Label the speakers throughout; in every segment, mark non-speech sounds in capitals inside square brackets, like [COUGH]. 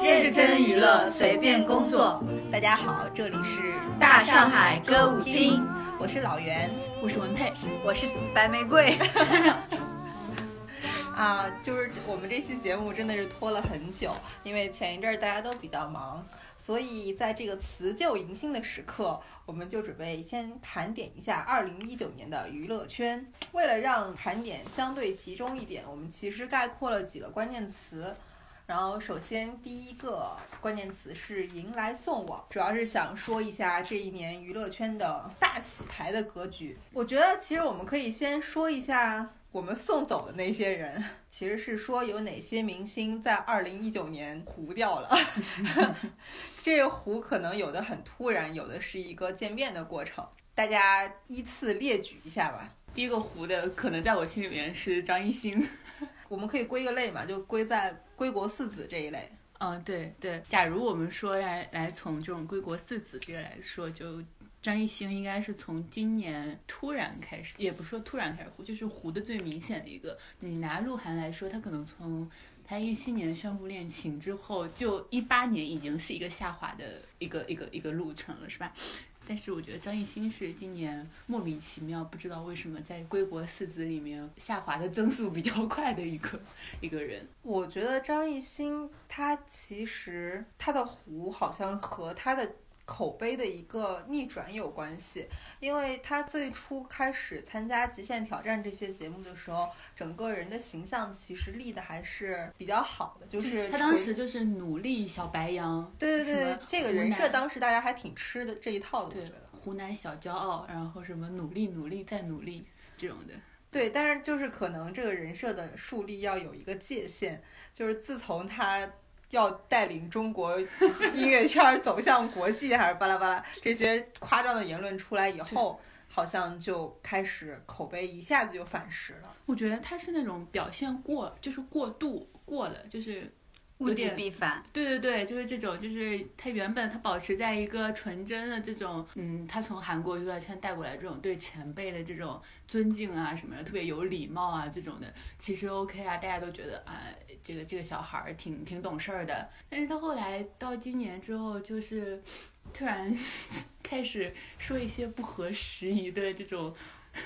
Speaker 1: 至真娱乐随便工作。
Speaker 2: 大家好，这里是
Speaker 1: 大上海歌舞厅，
Speaker 2: 我是老袁，
Speaker 3: 我是文佩，
Speaker 1: 我是白玫瑰。
Speaker 2: 啊，就是我们这期节目真的是拖了很久，因为前一阵儿大家都比较忙，所以在这个辞旧迎新的时刻，我们就准备先盘点一下2019年的娱乐圈。为了让盘点相对集中一点，我们其实概括了几个关键词。然后，首先第一个关键词是迎来送往，主要是想说一下这一年娱乐圈的大洗牌的格局。我觉得其实我们可以先说一下我们送走的那些人， [LAUGHS] 其实是说有哪些明星在二零一九年糊掉了。 [LAUGHS] 这糊可能有的很突然，有的是一个渐变的过程。大家依次列举一下吧。
Speaker 3: 第一个糊的可能在我心里面是张艺兴。
Speaker 2: 我们可以归个类嘛，就归在归国四子这一类。
Speaker 3: 嗯，对对。假如我们说来来从这种归国四子这个来说，就张艺兴应该是从今年突然开始，也不是说突然开始糊，就是糊的最明显的一个。你拿鹿晗来说，他可能从他一七年宣布恋情之后，就一八年已经是一个下滑的一个一个一个路程了，是吧？但是我觉得张艺兴是今年莫名其妙，不知道为什么在归国四子里面下滑的增速比较快的一个一个人。
Speaker 2: 我觉得张艺兴他其实他的糊好像和他的口碑的一个逆转有关系，因为他最初开始参加《极限挑战》这些节目的时候，整个人的形象其实立的还是比较好的，就是
Speaker 3: 他当时就是努力小白羊，
Speaker 2: 对
Speaker 3: 什
Speaker 2: 对对
Speaker 3: 么，
Speaker 2: 这个
Speaker 3: 湖
Speaker 2: 人设
Speaker 3: 南
Speaker 2: 当时大家还挺吃的这一套的，我
Speaker 3: 对
Speaker 2: 觉得。
Speaker 3: 湖南小骄傲，然后什么努力努力再努力这种的。
Speaker 2: 对，但是就是可能这个人设的树立要有一个界限，就是自从他要带领
Speaker 3: [LAUGHS]
Speaker 2: 中国音乐圈儿走向国际，还是巴拉巴拉这些夸张的言论出来以后，好像就开始口碑一下子就反噬了。
Speaker 3: 我觉得他是那种表现过，就是过度过了，就是
Speaker 1: 物
Speaker 3: 有
Speaker 1: 极
Speaker 3: 点
Speaker 1: 必反，
Speaker 3: 对对对，就是这种，就是他原本他保持在一个纯真的这种，嗯，他从韩国娱乐圈带过来这种对前辈的这种尊敬啊什么的，特别有礼貌啊这种的，其实 OK 啊，大家都觉得啊，这个这个小孩儿挺挺懂事儿的。但是他后来到今年之后，就是突然 [LAUGHS] 开始说一些不合时宜的这种，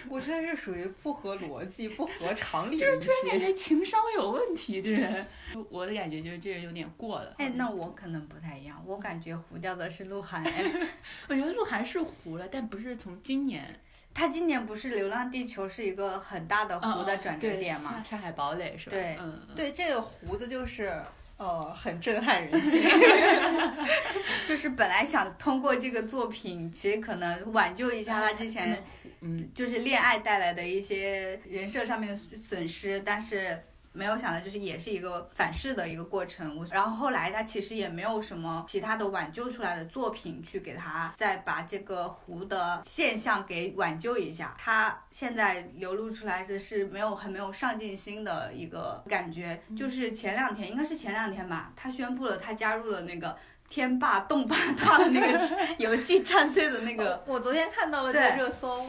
Speaker 2: 我觉得是属于不合逻辑、不合常理
Speaker 3: 就
Speaker 2: 的
Speaker 3: 是
Speaker 2: 一
Speaker 3: 突然感
Speaker 2: 些。
Speaker 3: 觉情商有问题，这人，我的感觉就是这人有点过了。
Speaker 1: 哎，那我可能不太一样，我感觉糊掉的是鹿晗。哎 [LAUGHS]
Speaker 3: 我觉得鹿晗是糊了，但不是从今年。
Speaker 1: 他今年不是《流浪地球》是一个很大的呃糊的转折点
Speaker 3: 嗯嗯
Speaker 1: 吗？
Speaker 3: 对上海堡垒是吧？
Speaker 1: 对
Speaker 3: 嗯，嗯
Speaker 2: 对，这个糊的就是呃，很震撼人
Speaker 3: [LAUGHS]
Speaker 2: 心。
Speaker 1: 就是本来想通过这个作品，其实可能挽救一下他之前
Speaker 3: 嗯，
Speaker 1: 就是恋爱带来的一些人设上面的损失，但是没有想到就是也是一个反噬的一个过程。我然后后来他其实也没有什么其他的挽救出来的作品去给他再把这个湖的现象给挽救一下。他现在流露出来的是没有很没有上进心的一个感觉。就是前两天应该是前两天吧，他宣布了他加入了那个。天霸动霸 [LAUGHS] 大的那个游戏战队的那个
Speaker 2: 我昨天看到了这
Speaker 1: 对
Speaker 2: 个热搜，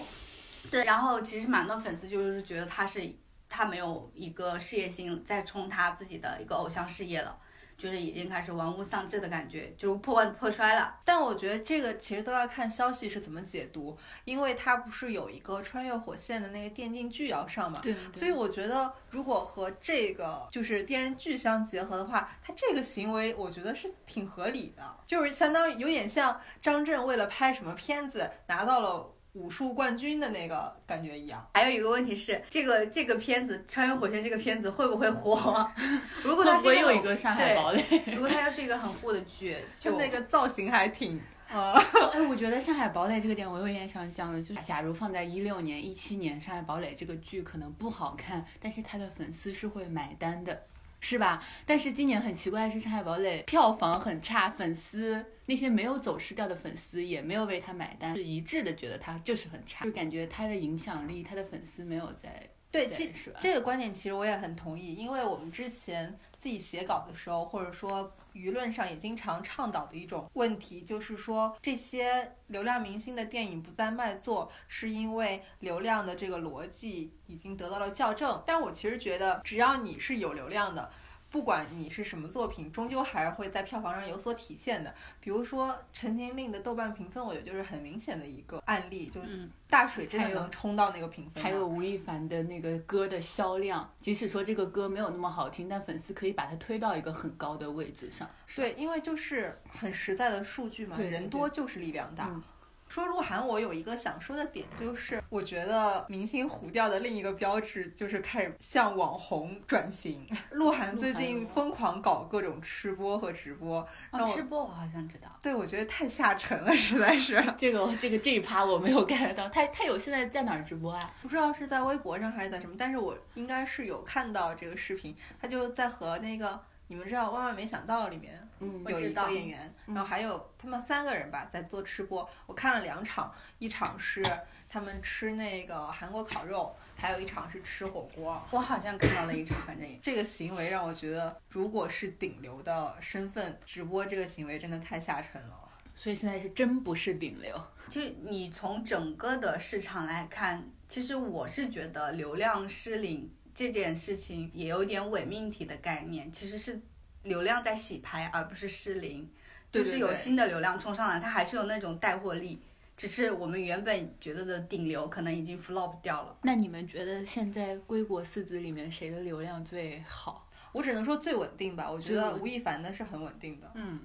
Speaker 1: 对，然后其实蛮多粉丝就是觉得他是他没有一个事业心在冲他自己的一个偶像事业了，就是已经开始玩物丧志的感觉，就是破罐子破摔了。
Speaker 2: 但我觉得这个其实都要看消息是怎么解读，因为它不是有一个穿越火线的那个电竞剧要上嘛，
Speaker 3: 对，
Speaker 2: 所以我觉得如果和这个就是电视剧相结合的话，他这个行为我觉得是挺合理的，就是相当于有点像张震为了拍什么片子拿到了武术冠军的那个感觉一样。
Speaker 1: 还有一个问题是，这个这个片子《穿越火线》这个片子会不会火？ [LAUGHS] 如果它
Speaker 3: 会不
Speaker 1: 是
Speaker 3: 会又
Speaker 1: 一
Speaker 3: 一
Speaker 1: 个
Speaker 3: 个上海堡垒？哦
Speaker 1: 很，如果它要是一个很糊的剧，
Speaker 2: 就
Speaker 1: 就
Speaker 2: 那个造型还挺，呃，
Speaker 3: [LAUGHS] 哎，我觉得上海堡垒这个点我有点想讲的，就是假如放在一六年、一七年，上海堡垒这个剧可能不好看，但是他的粉丝是会买单的。是吧？但是今年很奇怪的是，《上海堡垒》票房很差，粉丝那些没有走失掉的粉丝也没有为他买单，是一致的觉得他就是很差，就感觉他的影响力、他的粉丝没有在
Speaker 2: 对，
Speaker 3: 在
Speaker 2: 哎这
Speaker 3: 是吧？
Speaker 2: 这个观点其实我也很同意，因为我们之前自己写稿的时候，或者说舆论上也经常倡导的一种问题，就是说这些流量明星的电影不再卖座，是因为流量的这个逻辑已经得到了校正。但我其实觉得，只要你是有流量的。不管你是什么作品，终究还是会在票房上有所体现的。比如说《陈情令》的豆瓣评分，我觉得就是很明显的一个案例，就是
Speaker 3: 嗯，
Speaker 2: 大水真
Speaker 3: 还
Speaker 2: 的
Speaker 3: 有
Speaker 2: 能冲到那个评分、
Speaker 3: 还有，吴亦凡的那个歌的销量，即使说这个歌没有那么好听，但粉丝可以把它推到一个很高的位置上。
Speaker 2: 对，因为就是很实在的数据嘛，
Speaker 3: 对对
Speaker 2: 人多就是力量大。
Speaker 3: 嗯
Speaker 2: 说鹿晗，我有一个想说的点，就是我觉得明星糊掉的另一个标志就是开始向网红转型。鹿晗最近疯狂搞各种吃播和直播，
Speaker 1: 哦，吃播我好像知道，
Speaker 2: 对我觉得太下沉了，实在是。
Speaker 3: 这个 [LAUGHS] 这个这一趴我没有 get 到，他他有现在在哪儿直播啊？
Speaker 2: [LAUGHS] 不知道是在微博上还是在什么，但是我应该是有看到这个视频，他就在和那个你们知道《万万没想到》里面
Speaker 3: 嗯
Speaker 1: 我
Speaker 2: 有
Speaker 1: 知
Speaker 2: 一
Speaker 1: 道
Speaker 2: 个演员，
Speaker 3: 嗯
Speaker 2: 然后还有他们三个人吧在做吃播，我看了两场，一场是他们吃那个韩国烤肉，还有一场是吃火锅。
Speaker 1: 我好像看到了一场，反正也
Speaker 2: 这个行为让我觉得，如果是顶流的身份直播，这个行为真的太下沉了。
Speaker 3: 所以现在是真不是顶流。
Speaker 1: 就是你从整个的市场来看，其实我是觉得流量失灵这件事情也有点伪命题的概念，其实是流量在洗牌，而不是失灵。
Speaker 2: 对
Speaker 1: 就是
Speaker 2: 对
Speaker 1: 有
Speaker 2: 对
Speaker 1: 新的流量冲上来，它还是有那种带货力，只是我们原本觉得的顶流可能已经 flop 掉了。
Speaker 3: 那你们觉得现在归国四子里面谁的流量最好？
Speaker 2: 我只能说最稳定吧，我觉
Speaker 3: 最
Speaker 2: 得
Speaker 3: 稳
Speaker 2: 吴亦凡的是很稳定的。
Speaker 3: 嗯，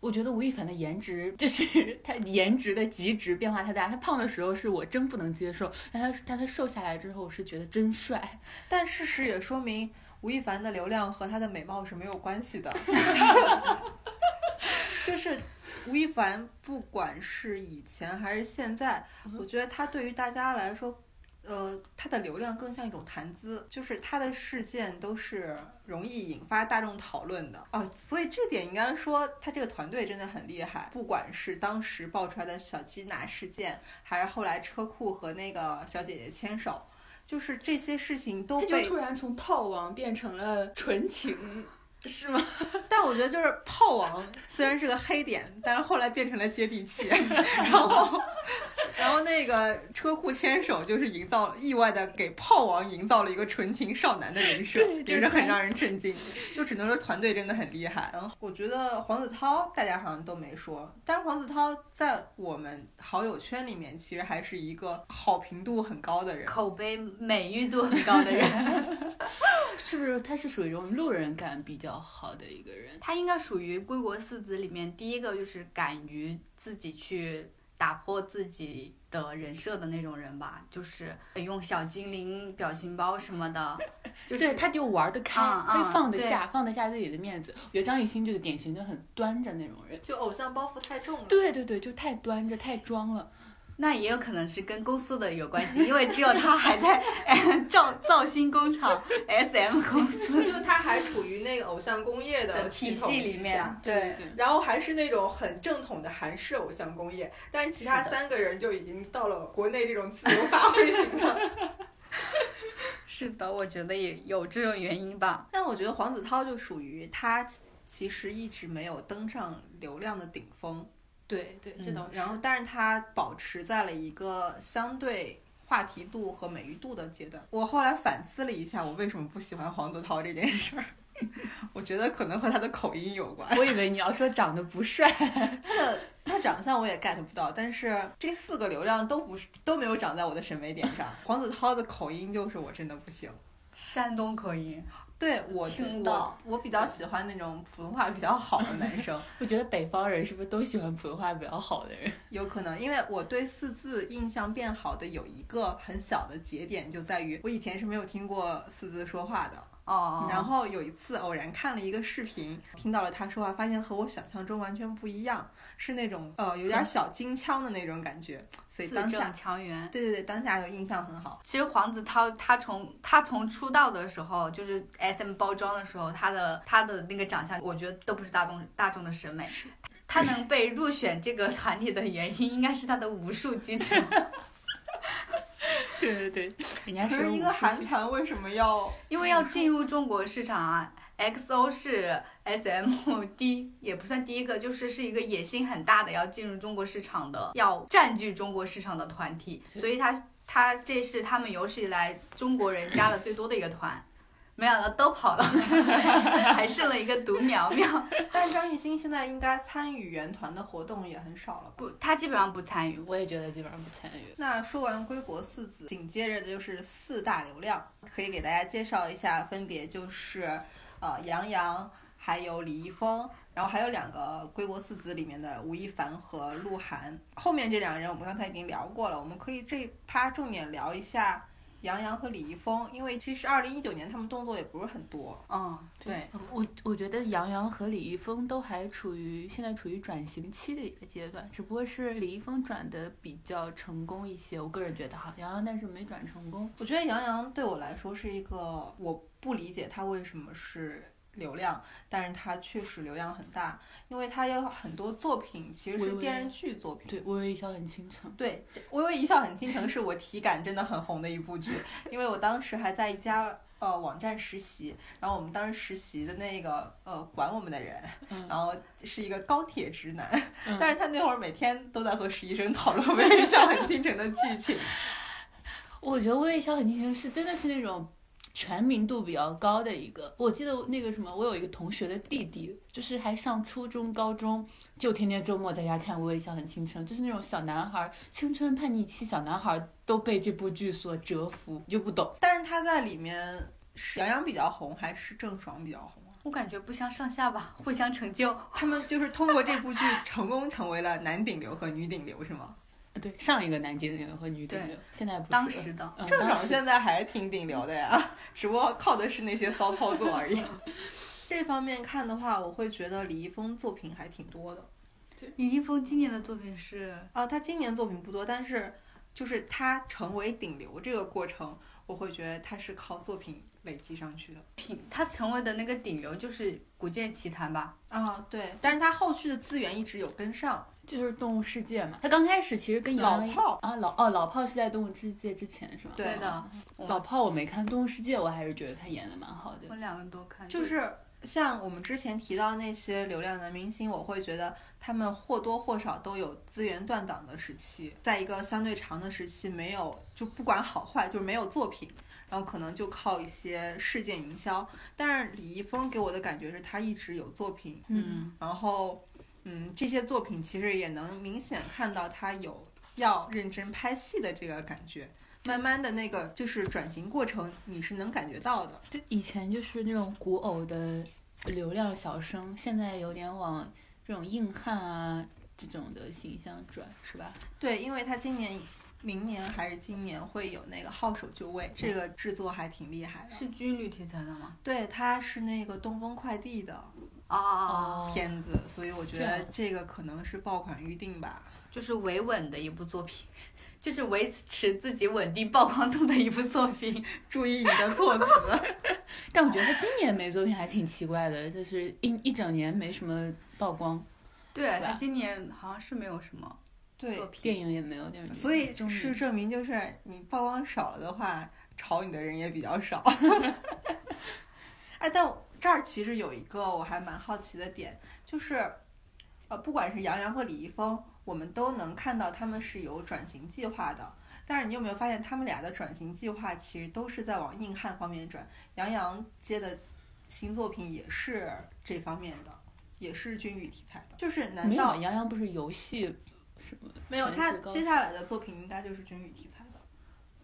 Speaker 3: 我觉得吴亦凡的颜值就是 [LAUGHS] 他颜值的极值变化太大。他胖的时候是我真不能接受，但他但他瘦下来之后，我是觉得真帅。
Speaker 2: 但事实也说明，吴亦凡的流量和他的美貌是没有关系的。 [LAUGHS] 就是吴亦凡，不管是以前还是现在，
Speaker 4: 嗯
Speaker 2: 我觉得他对于大家来说，呃，他的流量更像一种谈资，就是他的事件都是容易引发大众讨论的
Speaker 4: 哦
Speaker 2: 啊、所以这点应该说他这个团队真的很厉害，不管是当时爆出来的小鸡拿事件，还是后来车库和那个小姐姐牵手。就是这些事情都
Speaker 4: 他就
Speaker 2: 被
Speaker 4: 突然从炮王变成了纯情，是吗？
Speaker 2: 但我觉得就是炮王虽然是个黑点，但是后来变成了接地气， [LAUGHS] 然后。然后那个车库牵手就是营造了意外的给炮王营造了一个纯情少男的人设，
Speaker 4: 对
Speaker 2: 也
Speaker 4: 就是是
Speaker 2: 很
Speaker 4: 他
Speaker 2: 让人震惊。就只能说团队真的很厉害。然后我觉得黄子韬大家好像都没说，但是黄子韬在我们好友圈里面其实还是一个好评度很高的人。
Speaker 1: 口碑美誉度很高的人，
Speaker 3: [LAUGHS] 是不是他是属于这种路人感比较好的一个人？
Speaker 1: 他应该属于归国四子里面第一个就是敢于自己去打破自己的人设的那种人吧，就是用小精灵表情包什么的， [LAUGHS] 就是
Speaker 3: 对，他就玩得开，
Speaker 1: 嗯
Speaker 3: 他就
Speaker 1: 嗯
Speaker 3: 放得
Speaker 1: 对
Speaker 3: 下，放得下自己的面子。我觉得张艺兴就是典型的很端着那种人。
Speaker 2: 就偶像包袱太重了，
Speaker 3: 对对对，就太端着，太装了。
Speaker 1: 那也有可能是跟公司的有关系，因为只有他还在哎造造星工厂 S M 公司
Speaker 2: 就他还处于那个偶像工业
Speaker 1: [LAUGHS] 的体系里面，对，
Speaker 3: 对
Speaker 2: 然后还是那种很正统的韩式偶像工业，但是其他
Speaker 3: 是的
Speaker 2: 三个人就已经到了国内这种自由发挥型了。
Speaker 1: 是的，我觉得也有这种原因吧。
Speaker 2: 但我觉得黄子韬就属于他其实一直没有登上流量的顶峰，
Speaker 4: 对对，这
Speaker 3: 嗯
Speaker 4: 倒是。
Speaker 2: 然后但是他保持在了一个相对。话题度和美誉度的阶段，我后来反思了一下，我为什么不喜欢黄子韬这件事儿， [LAUGHS] 我觉得可能和他的口音有关。
Speaker 3: [LAUGHS] 我以为你要说长得不帅，
Speaker 2: 他的 [LAUGHS] 他长相我也 get 不到，但是这四个流量都不是都没有长在我的审美点上。黄子韬的口音就是我真的不行，
Speaker 1: 山东口音，
Speaker 2: 对我
Speaker 1: 听
Speaker 2: 我
Speaker 1: 到
Speaker 2: 我比较喜欢那种普通话比较好的男生，
Speaker 3: 我觉得北方人是不是都喜欢普通话比较好的人？
Speaker 2: 有可能因为我对四字印象变好的有一个很小的节点，就在于我以前是没有听过四字说话的，
Speaker 1: 哦，
Speaker 2: 然后有一次偶然看了一个视频，听到了他说话，发现和我想象中完全不一样，是那种呃有点小京腔的那种感觉，所以
Speaker 1: 字
Speaker 2: 当下
Speaker 1: 正腔圆。
Speaker 2: 对对对当下有印象很好。
Speaker 1: 其实黄子韬他从他从出道的时候，就是 S M 包装的时候，他的他的那个长相，我觉得都不是大众大众的审美。他能被入选这个团体的原因，应该是他的武术基础。
Speaker 3: 对对对， [LAUGHS] 人家
Speaker 2: 可是
Speaker 3: 是
Speaker 2: 一个韩团为什么要？
Speaker 1: 因为要进入中国市场啊，XO 是 SM 第一也不算第一个，就是是一个野心很大的要进入中国市场的，要占据中国市场的团体，所以他他这是他们有史以来中国人加的最多的一个团。没想到都跑了， [LAUGHS] 还剩了一个独苗苗。
Speaker 2: 但张艺兴现在应该参与原团的活动也很少了吧？
Speaker 1: 不，他基本上不参与。
Speaker 3: 我也觉得基本上不参与。
Speaker 2: 那说完归国四子，紧接着就是四大流量，可以给大家介绍一下，分别就是呃杨洋，还有李易峰，然后还有两个归国四子里面的吴亦凡和鹿晗。后面这两个人我们刚才已经聊过了，我们可以这趴重点聊一下杨洋和李易峰，因为其实二零一九年他们动作也不是很多。
Speaker 1: 嗯，对，
Speaker 3: 我我觉得杨洋和李易峰都还处于现在处于转型期的一个阶段，只不过是李易峰转的比较成功一些，我个人觉得哈，杨洋但是没转成功。
Speaker 2: 我觉得杨洋对我来说是一个，我不理解他为什么是流量，但是他确实流量很大，因为他有很多作品其实
Speaker 3: 微
Speaker 2: 是
Speaker 3: 微
Speaker 2: 电视剧作品。
Speaker 3: 对，微微一笑很倾城。
Speaker 2: 对，这《微微一笑很倾城》是我体感真的很红的一部剧，因为我当时还在一家呃网站实习，然后我们当时实习的那个呃管我们的人，
Speaker 3: 嗯
Speaker 2: 然后是一个高铁直男，
Speaker 3: 嗯
Speaker 2: 但是他那会儿每天都在和实习生讨论《微微一笑很倾城》的剧情。
Speaker 3: 我觉得《微微一笑很倾城》是真的是那种全民度比较高的一个。我记得那个什么，我有一个同学的弟弟，就是还上初中、高中，就天天周末在家看《微微一笑很倾城》，就是那种小男孩儿青春叛逆期小男孩儿都被这部剧所折服，你就不懂。
Speaker 2: 但是他在里面是杨洋比较红，还是郑爽比较红啊？
Speaker 1: 我感觉不相上下吧，互相成就。
Speaker 2: 他们就是通过这部剧成功成为了男顶流和女顶流，是吗？
Speaker 3: 对，上一个男顶流和女顶流，现在不是
Speaker 1: 当时的
Speaker 3: 嗯、
Speaker 2: 郑爽
Speaker 3: 当时
Speaker 2: 现在还挺顶流的呀， [LAUGHS] 只不过靠的是那些骚操作而已。 [LAUGHS] 这方面看的话，我会觉得李易峰作品还挺多的
Speaker 1: 李易峰今年的作品是
Speaker 2: 啊。他今年作品不多，但是就是他成为顶流这个过程，我会觉得他是靠作品累积上去的。
Speaker 1: 品，他成为的那个顶流就是《古剑奇谭》吧？
Speaker 2: 啊，对，但是他后续的资源一直有跟上，
Speaker 3: 就是《动物世界》嘛，他刚开始其实跟
Speaker 2: 老
Speaker 3: 杨洋一
Speaker 2: 炮
Speaker 3: 啊老哦老炮是在《动物世界》之前是吗？
Speaker 2: 对啊
Speaker 1: 的，我
Speaker 3: 老炮我没看，《动物世界》我还是觉得他演的蛮好的
Speaker 1: 我。两个都看，
Speaker 2: 就是像我们之前提到那些流量男明星，我会觉得他们或多或少都有资源断档的时期，在一个相对长的时期没有，就不管好坏，就是没有作品，然后可能就靠一些事件营销。但是李易峰给我的感觉是他一直有作品，
Speaker 1: 嗯，
Speaker 2: 然后嗯，这些作品其实也能明显看到他有要认真拍戏的这个感觉。慢慢的那个就是转型过程，你是能感觉到的。
Speaker 3: 对，以前就是那种古偶的流量小生，现在有点往这种硬汉啊这种的形象转，是吧？
Speaker 2: 对，因为他今年、明年还是今年会有那个《号手就位》，这个制作还挺厉害的。
Speaker 1: 嗯是军旅题材的吗？
Speaker 2: 对，他是那个东风快递的
Speaker 1: 哦哦
Speaker 3: 哦
Speaker 2: 片子，所以我觉
Speaker 3: 这
Speaker 2: 得
Speaker 3: 样哦
Speaker 2: 这个可能是爆款预定吧。
Speaker 1: 就是维稳的一部作品， [LAUGHS] 就是维持自己稳定曝光度的一部作品。 [LAUGHS]
Speaker 2: 注意你的措辞。
Speaker 3: 但我觉得他今年没作品还挺奇怪的，就是一一整年没什么曝光，
Speaker 1: 对
Speaker 3: 是吧
Speaker 1: 他今年好像是没有什么
Speaker 2: 对
Speaker 1: 作，品，
Speaker 3: 电影也没有，电视剧
Speaker 2: 所以
Speaker 3: 嗯中
Speaker 2: 是
Speaker 3: 年
Speaker 2: 证明就是你曝光少了的话，炒你的人也比较少。
Speaker 3: [LAUGHS]
Speaker 2: 哎，但这儿其实有一个我还蛮好奇的点，就是，呃，不管是杨洋和李易峰，我们都能看到他们是有转型计划的。但是你有没有发现，他们俩的转型计划其实都是在往硬汉方面转？杨洋接的新作品也是这方面的，也是军旅题材的。就是难
Speaker 3: 没有
Speaker 2: 道
Speaker 3: 啊杨洋不是游戏什么？
Speaker 2: 没有，
Speaker 3: 全
Speaker 2: 他
Speaker 3: 是高
Speaker 2: 接下来的作品应该就是军旅题材的。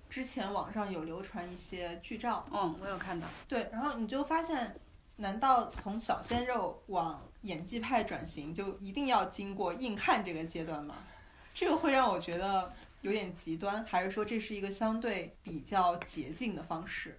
Speaker 2: 之前网上有流传一些剧照，
Speaker 1: 嗯，我有看到。
Speaker 2: 对，然后你就发现，难道从小鲜肉往演技派转型，就一定要经过硬汉这个阶段吗？这个会让我觉得有点极端，还是说这是一个相对比较捷径的方式？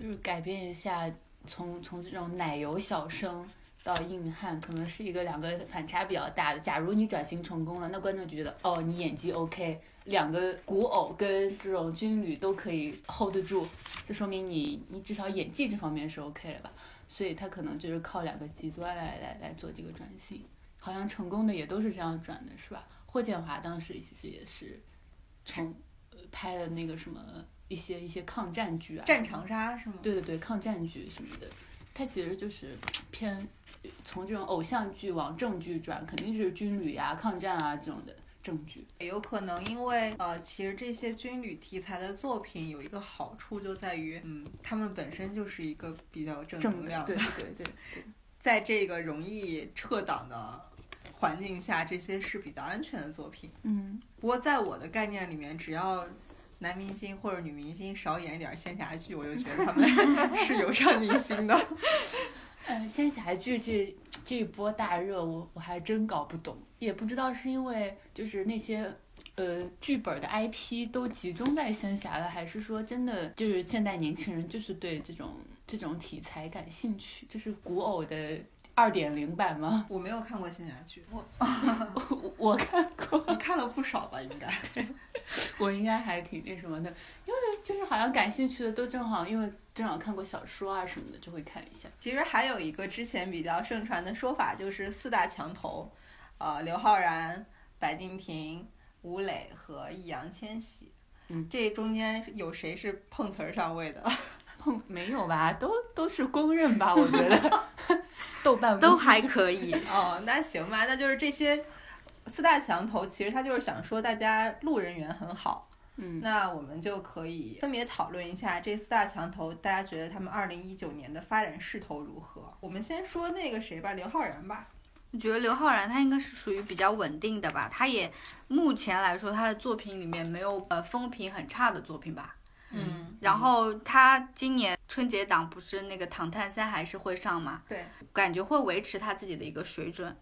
Speaker 3: 就是改变一下从从这种奶油小生到硬汉，可能是一个两个反差比较大的。假如你转型成功了，那观众就觉得哦，你演技 OK，两个古偶跟这种军旅都可以 hold 得住，这说明你你至少演技这方面是 OK 了吧？所以他可能就是靠两个极端来来来做这个转型，好像成功的也都是这样转的，是吧？霍建华当时其实也是从呃拍了那个什么一些一些抗战剧啊，
Speaker 2: 战长沙是吗？
Speaker 3: 对对对，抗战剧什么的，它其实就是偏从这种偶像剧往正剧转，肯定就是军旅啊、抗战啊这种的。证据。
Speaker 2: 也有可能因为呃，其实这些军旅题材的作品有一个好处就在于，嗯，他们本身就是一个比较正
Speaker 3: 证
Speaker 2: 能量的
Speaker 3: 对，对对，
Speaker 2: 在这个容易撤档的环境下，这些是比较安全的作品。
Speaker 3: 嗯，
Speaker 2: 不过在我的概念里面，只要男明星或者女明星少演一点仙侠剧，我就觉得他们 [LAUGHS] 是有上进心的。
Speaker 3: 呃，仙侠剧这这一波大热，我我还真搞不懂，也不知道是因为就是那些。呃，剧本的 IP 都集中在仙侠了，还是说真的就是现代年轻人就是对这种这种题材感兴趣？这是古偶的二点零版吗？ [LAUGHS]
Speaker 2: 我没有看过仙侠剧，我
Speaker 3: 我我看过，
Speaker 2: 你看了不少吧？应该。
Speaker 3: 我应该还挺那什么的，因为就是好像感兴趣的都正好，因为正好看过小说啊什么的，就会看一下。
Speaker 2: 其实还有一个之前比较盛传的说法，就是四大墙头，呃，刘昊然、白敬亭、吴磊和易烊千玺。
Speaker 3: 嗯，
Speaker 2: 这中间有谁是碰瓷儿上位的？
Speaker 3: 碰没有吧？都都是公认吧？我觉得 [LAUGHS] 豆瓣
Speaker 1: 都还可以。
Speaker 2: [LAUGHS] 哦，那行吧，那就是这些四大墙头，其实他就是想说大家路人缘很好。
Speaker 3: 嗯
Speaker 2: 那我们就可以分别讨论一下这四大墙头，大家觉得他们二零一九年的发展势头如何？我们先说那个谁吧，刘昊然吧。
Speaker 1: 我觉得刘昊然他应该是属于比较稳定的吧，他也目前来说他的作品里面没有呃风评很差的作品吧。
Speaker 2: 嗯，
Speaker 1: 然后他今年春节档不是那个《唐探三》还是会上吗？
Speaker 2: 对，
Speaker 1: 感觉会维持他自己的一个水准。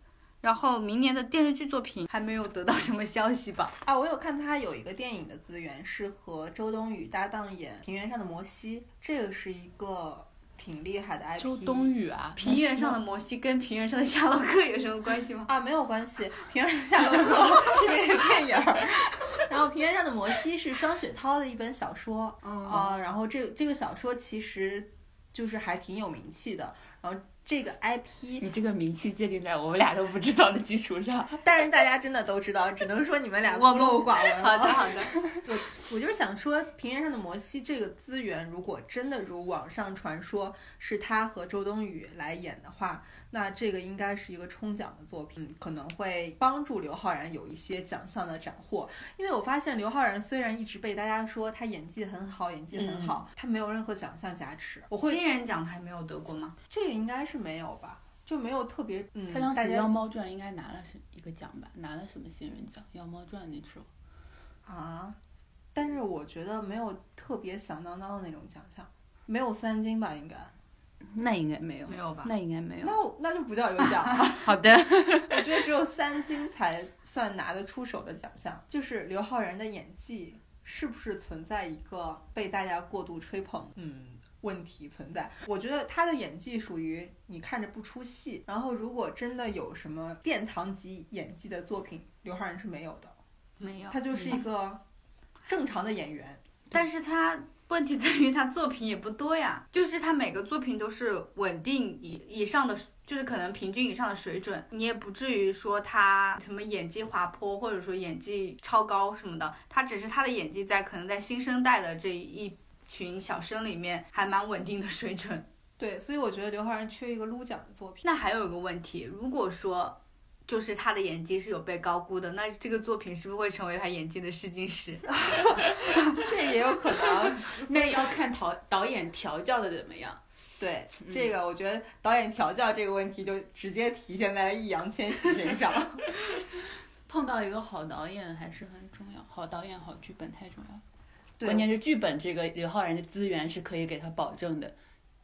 Speaker 1: 然后明年的电视剧作品还没有得到什么消息吧？
Speaker 2: 啊，我有看他有一个电影的资源，是和周冬雨搭档演《平原上的摩西》，这个是一个挺厉害的 IP。
Speaker 3: 周冬雨啊，
Speaker 1: 平原上的摩西跟平原上的夏洛克有什么关系吗？
Speaker 2: 啊，没有关系，《平原上的夏洛克》是那个电影儿，然后《平原上的摩西》是双雪涛的一本小说
Speaker 1: 哦
Speaker 2: 啊、然后这这个小说其实就是还挺有名气的，然后这个 IP
Speaker 3: 你这个名气界定在我们俩都不知道的基础上，
Speaker 2: 但是大家真的都知道，只能说你们俩孤
Speaker 1: 我们
Speaker 2: 陋寡闻了。
Speaker 1: [LAUGHS] 好的，
Speaker 2: 我我就是想说，《平原上的摩西》这个资源，如果真的如网上传说是他和周冬雨来演的话，那这个应该是一个冲奖的作品，可能会帮助刘昊然有一些奖项的斩获。因为我发现刘昊然虽然一直被大家说他演技很好，演技
Speaker 3: 嗯
Speaker 2: 很好，他没有任何奖项加持。我会
Speaker 1: 新人奖还没有得过吗？
Speaker 2: 这个应该是没有吧，就没有特别嗯，
Speaker 3: 他当
Speaker 2: 大
Speaker 3: 时《妖
Speaker 2: 家
Speaker 3: 猫传》应该拿了是一个奖吧？拿了什么新人奖？《妖猫传》那时候
Speaker 2: 啊，但是我觉得没有特别响当当的那种奖项，没有三金吧，应该。
Speaker 3: 那应该没有
Speaker 1: 没有吧？
Speaker 3: 那应该没有。
Speaker 2: 那我那就不叫有奖 [LAUGHS] 了，
Speaker 3: 好的，
Speaker 2: 我觉得只有三金才算拿得出手的奖项。就是刘昊然的演技是不是存在一个被大家过度吹捧？嗯。问题存在，我觉得他的演技属于你看着不出戏，然后如果真的有什么殿堂级演技的作品，刘昊然是没有的，
Speaker 1: 没有。
Speaker 2: 他就是一个正常的演员。
Speaker 1: 但是他问题在于他作品也不多呀， [LAUGHS] 就是他每个作品都是稳定以以上的，就是可能平均以上的水准，你也不至于说他什么演技滑坡，或者说演技超高什么的，他只是他的演技在可能在新生代的这一群小生里面还蛮稳定的水准。 [LAUGHS]
Speaker 2: 对，所以我觉得刘昊然缺一个撸奖的作品。 [LAUGHS]
Speaker 1: 那还有一个问题，如果说。就是他的演技是有被高估的，那这个作品是不是会成为他演技的试金石？
Speaker 2: 这也有可能。
Speaker 3: 那要看导导演调教的怎么样。
Speaker 2: 对
Speaker 3: 嗯
Speaker 2: 这个，我觉得导演调教这个问题就直接体现在了易烊千玺身上。
Speaker 3: 碰到一个好导演还是很重要，好导演、好剧本太重要了。
Speaker 2: 对
Speaker 3: 关键是剧本这个刘昊然的资源是可以给他保证的，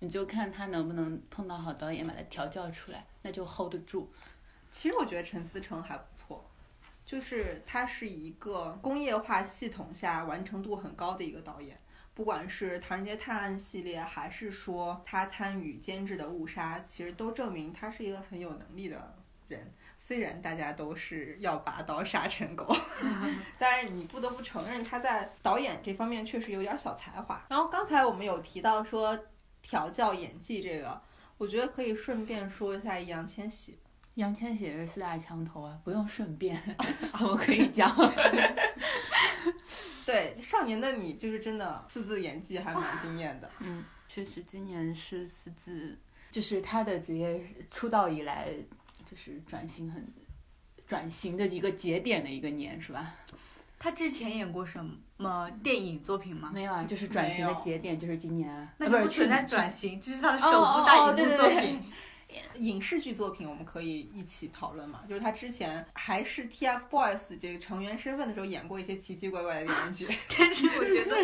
Speaker 3: 你就看他能不能碰到好导演把他调教出来，那就 hold 得住。
Speaker 2: 其实我觉得陈思诚还不错，就是他是一个工业化系统下完成度很高的一个导演。不管是《唐人街探案》系列，还是说他参与监制的《误杀》，其实都证明他是一个很有能力的人。虽然大家都是要拔刀杀成狗， [LAUGHS] 但是你不得不承认他在导演这方面确实有点小才华。然后刚才我们有提到说调教演技这个，我觉得可以顺便说一下易烊千玺。
Speaker 3: 易烊千玺也是四大墙头啊，不用顺便， [LAUGHS] 我可以 [LAUGHS] 讲。
Speaker 2: 对，少年的你就是真的四字演技还蛮惊艳的。
Speaker 3: 嗯，确实今年是四字，就是他的职业出道以来就是转型很转型的一个节点的一个年，是吧？
Speaker 1: 他之前演过什么电影作品吗？
Speaker 3: 没有啊，就是转型的节点就是今年啊，
Speaker 1: 那
Speaker 3: 啊不
Speaker 1: 就是不
Speaker 3: 去
Speaker 1: 存在
Speaker 3: 年。
Speaker 1: 转型，这是他的首
Speaker 3: 哦哦
Speaker 1: 部大
Speaker 3: 哦
Speaker 1: 荧
Speaker 3: 对对
Speaker 1: 幕作
Speaker 3: 对 [LAUGHS]
Speaker 1: 品。
Speaker 2: [LAUGHS] 影视剧作品我们可以一起讨论嘛？就是他之前还是 TFBOYS 这个成员身份的时候，演过一些奇奇怪怪的电视 [LAUGHS] 剧。
Speaker 1: 但是我觉得，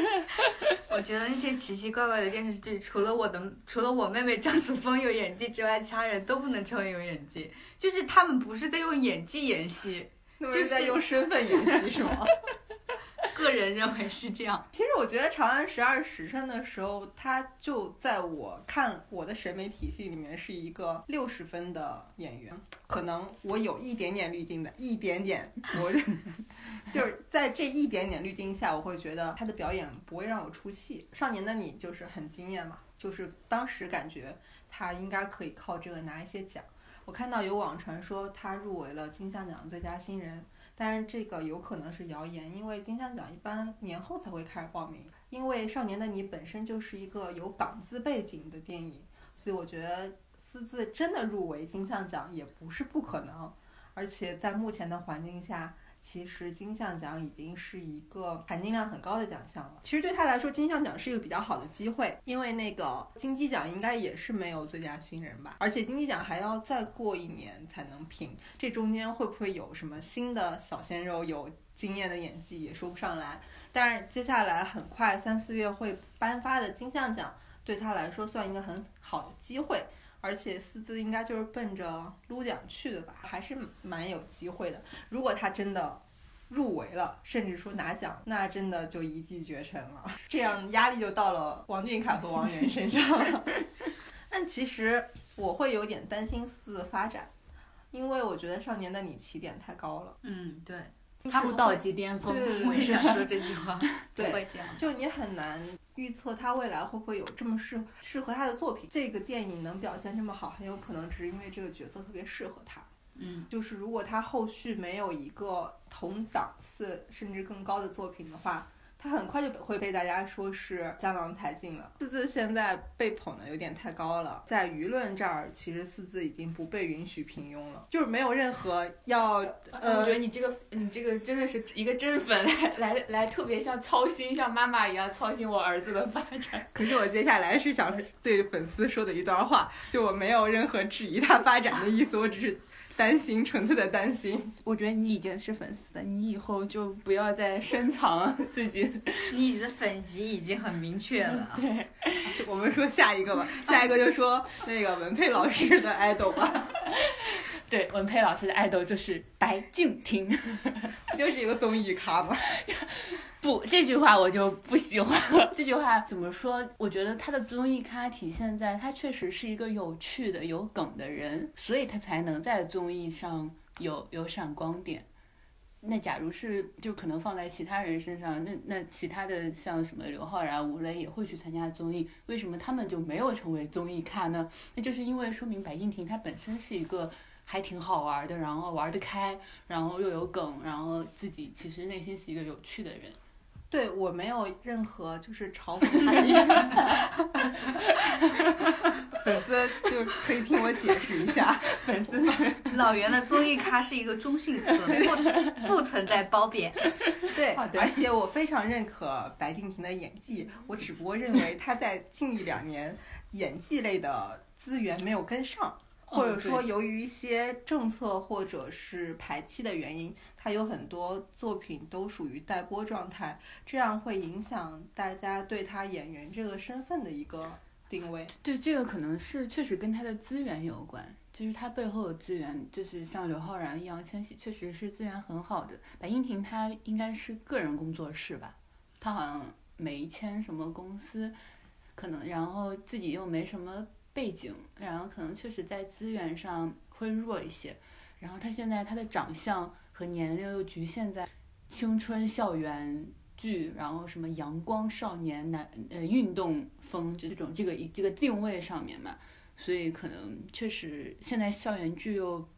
Speaker 1: 我觉得那些奇奇怪怪的电视剧，除了我的，除了我妹妹张子枫有演技之外，其他人都不能称为有演技。就是他们不是在用演技演戏，
Speaker 2: 就
Speaker 1: 就是
Speaker 2: 是在 [LAUGHS] 用身份演戏是吗？
Speaker 1: 个人认为是这样。
Speaker 2: 其实我觉得《长安十二时辰》的时候，他就在我看我的审美体系里面是一个六十分的演员，可能我有一点点滤镜的，一点点，我 [LAUGHS] 就是在这一点点滤镜下，我会觉得他的表演不会让我出戏。《少年的你》就是很惊艳嘛，就是当时感觉他应该可以靠这个拿一些奖。我看到有网传说他入围了金像奖最佳新人，但是这个有可能是谣言，因为金像奖一般年后才会开始报名。因为《少年的你》本身就是一个有港资背景的电影，所以我觉得私自真的入围金像奖也不是不可能。而且在目前的环境下，其实金像奖已经是一个含金量很高的奖项了。其实对他来说，金像奖是一个比较好的机会，因为那个金鸡奖应该也是没有最佳新人吧，而且金鸡奖还要再过一年才能评，这中间会不会有什么新的小鲜肉有惊艳的演技也说不上来。但是接下来很快三四月会颁发的金像奖，对他来说算一个很好的机会。而且斯兹应该就是奔着撸奖去的吧，还是蛮有机会的。如果他真的入围了，甚至说拿奖，那真的就一骑绝尘了。这样压力就到了王俊凯和王源身上了。 [LAUGHS] 但其实我会有点担心四的发展，因为我觉得《少年的你》起点太高了，
Speaker 1: 嗯，对，
Speaker 2: 他
Speaker 3: 出
Speaker 2: 们
Speaker 3: 道即巅峰
Speaker 2: 对，对
Speaker 1: 我也
Speaker 2: 对，
Speaker 1: 想说这句话，
Speaker 2: 对
Speaker 1: 不会这样。
Speaker 2: 就你很难预测他未来会不会有这么适适合他的作品。这个电影能表现这么好，很有可能只是因为这个角色特别适合他。
Speaker 1: 嗯，
Speaker 2: 就是如果他后续没有一个同档次甚至更高的作品的话，他很快就会被大家说是江郎才尽了。四字现在被捧的有点太高了，在舆论这儿，其实四字已经不被允许平庸了，就是没有任何要
Speaker 4: 我觉得你这个你这个真的是一个真粉 [LAUGHS] 来来来，特别像操心像妈妈一样操心我儿子的发展。
Speaker 2: 可是我接下来是想对粉丝说的一段话，就我没有任何质疑他发展的意思，我只是担心，纯粹的担心。
Speaker 4: 我觉得你已经是粉丝了，你以后就不要再深藏自 [LAUGHS] 己。
Speaker 1: 你的粉级已经很明确了，
Speaker 4: 对，
Speaker 2: 我们说下一个吧，下一个就说那个文佩老师的 idol 吧，
Speaker 3: 对，文佩老师的爱豆就是白敬亭。
Speaker 2: 不就是一个综艺咖嘛。
Speaker 3: [LAUGHS] 不，这句话我就不喜欢了。这句话怎么说？我觉得他的综艺咖体现在他确实是一个有趣的、有梗的人，所以他才能在综艺上有有闪光点。那假如是就可能放在其他人身上，那那其他的像什么刘昊然、吴磊也会去参加综艺，为什么他们就没有成为综艺咖呢？那就是因为说明白敬亭他本身是一个还挺好玩的，然后玩得开，然后又有梗，然后自己其实内心是一个有趣的人。
Speaker 2: 对我没有任何就是嘲讽他的意思， [LAUGHS] 粉丝就可以听我解释一下。
Speaker 3: 粉丝 [LAUGHS]
Speaker 1: 老袁的综艺咖是一个中性词，不不存在褒贬。
Speaker 2: 对，
Speaker 3: 好的
Speaker 2: 而且我非常认可白敬亭的演技，我只不过认为他在近一两年演技类的资源没有跟上，
Speaker 3: 哦
Speaker 2: 或者说由于一些政策或者是排期的原因，他有很多作品都属于待播状态，这样会影响大家对他演员这个身份的一个定位。
Speaker 3: 对这个可能是确实跟他的资源有关，就是他背后的资源，就是像刘昊然、易烊千玺，确实是资源很好的。白敬亭他应该是个人工作室吧，他好像没签什么公司，可能然后自己又没什么背景，然后可能确实在资源上会弱一些。然后他现在他的长相和年龄又局限在青春校园剧，然后什么阳光少年男呃运动风这种这个这个定位上面嘛，所以可能确实现在校园剧又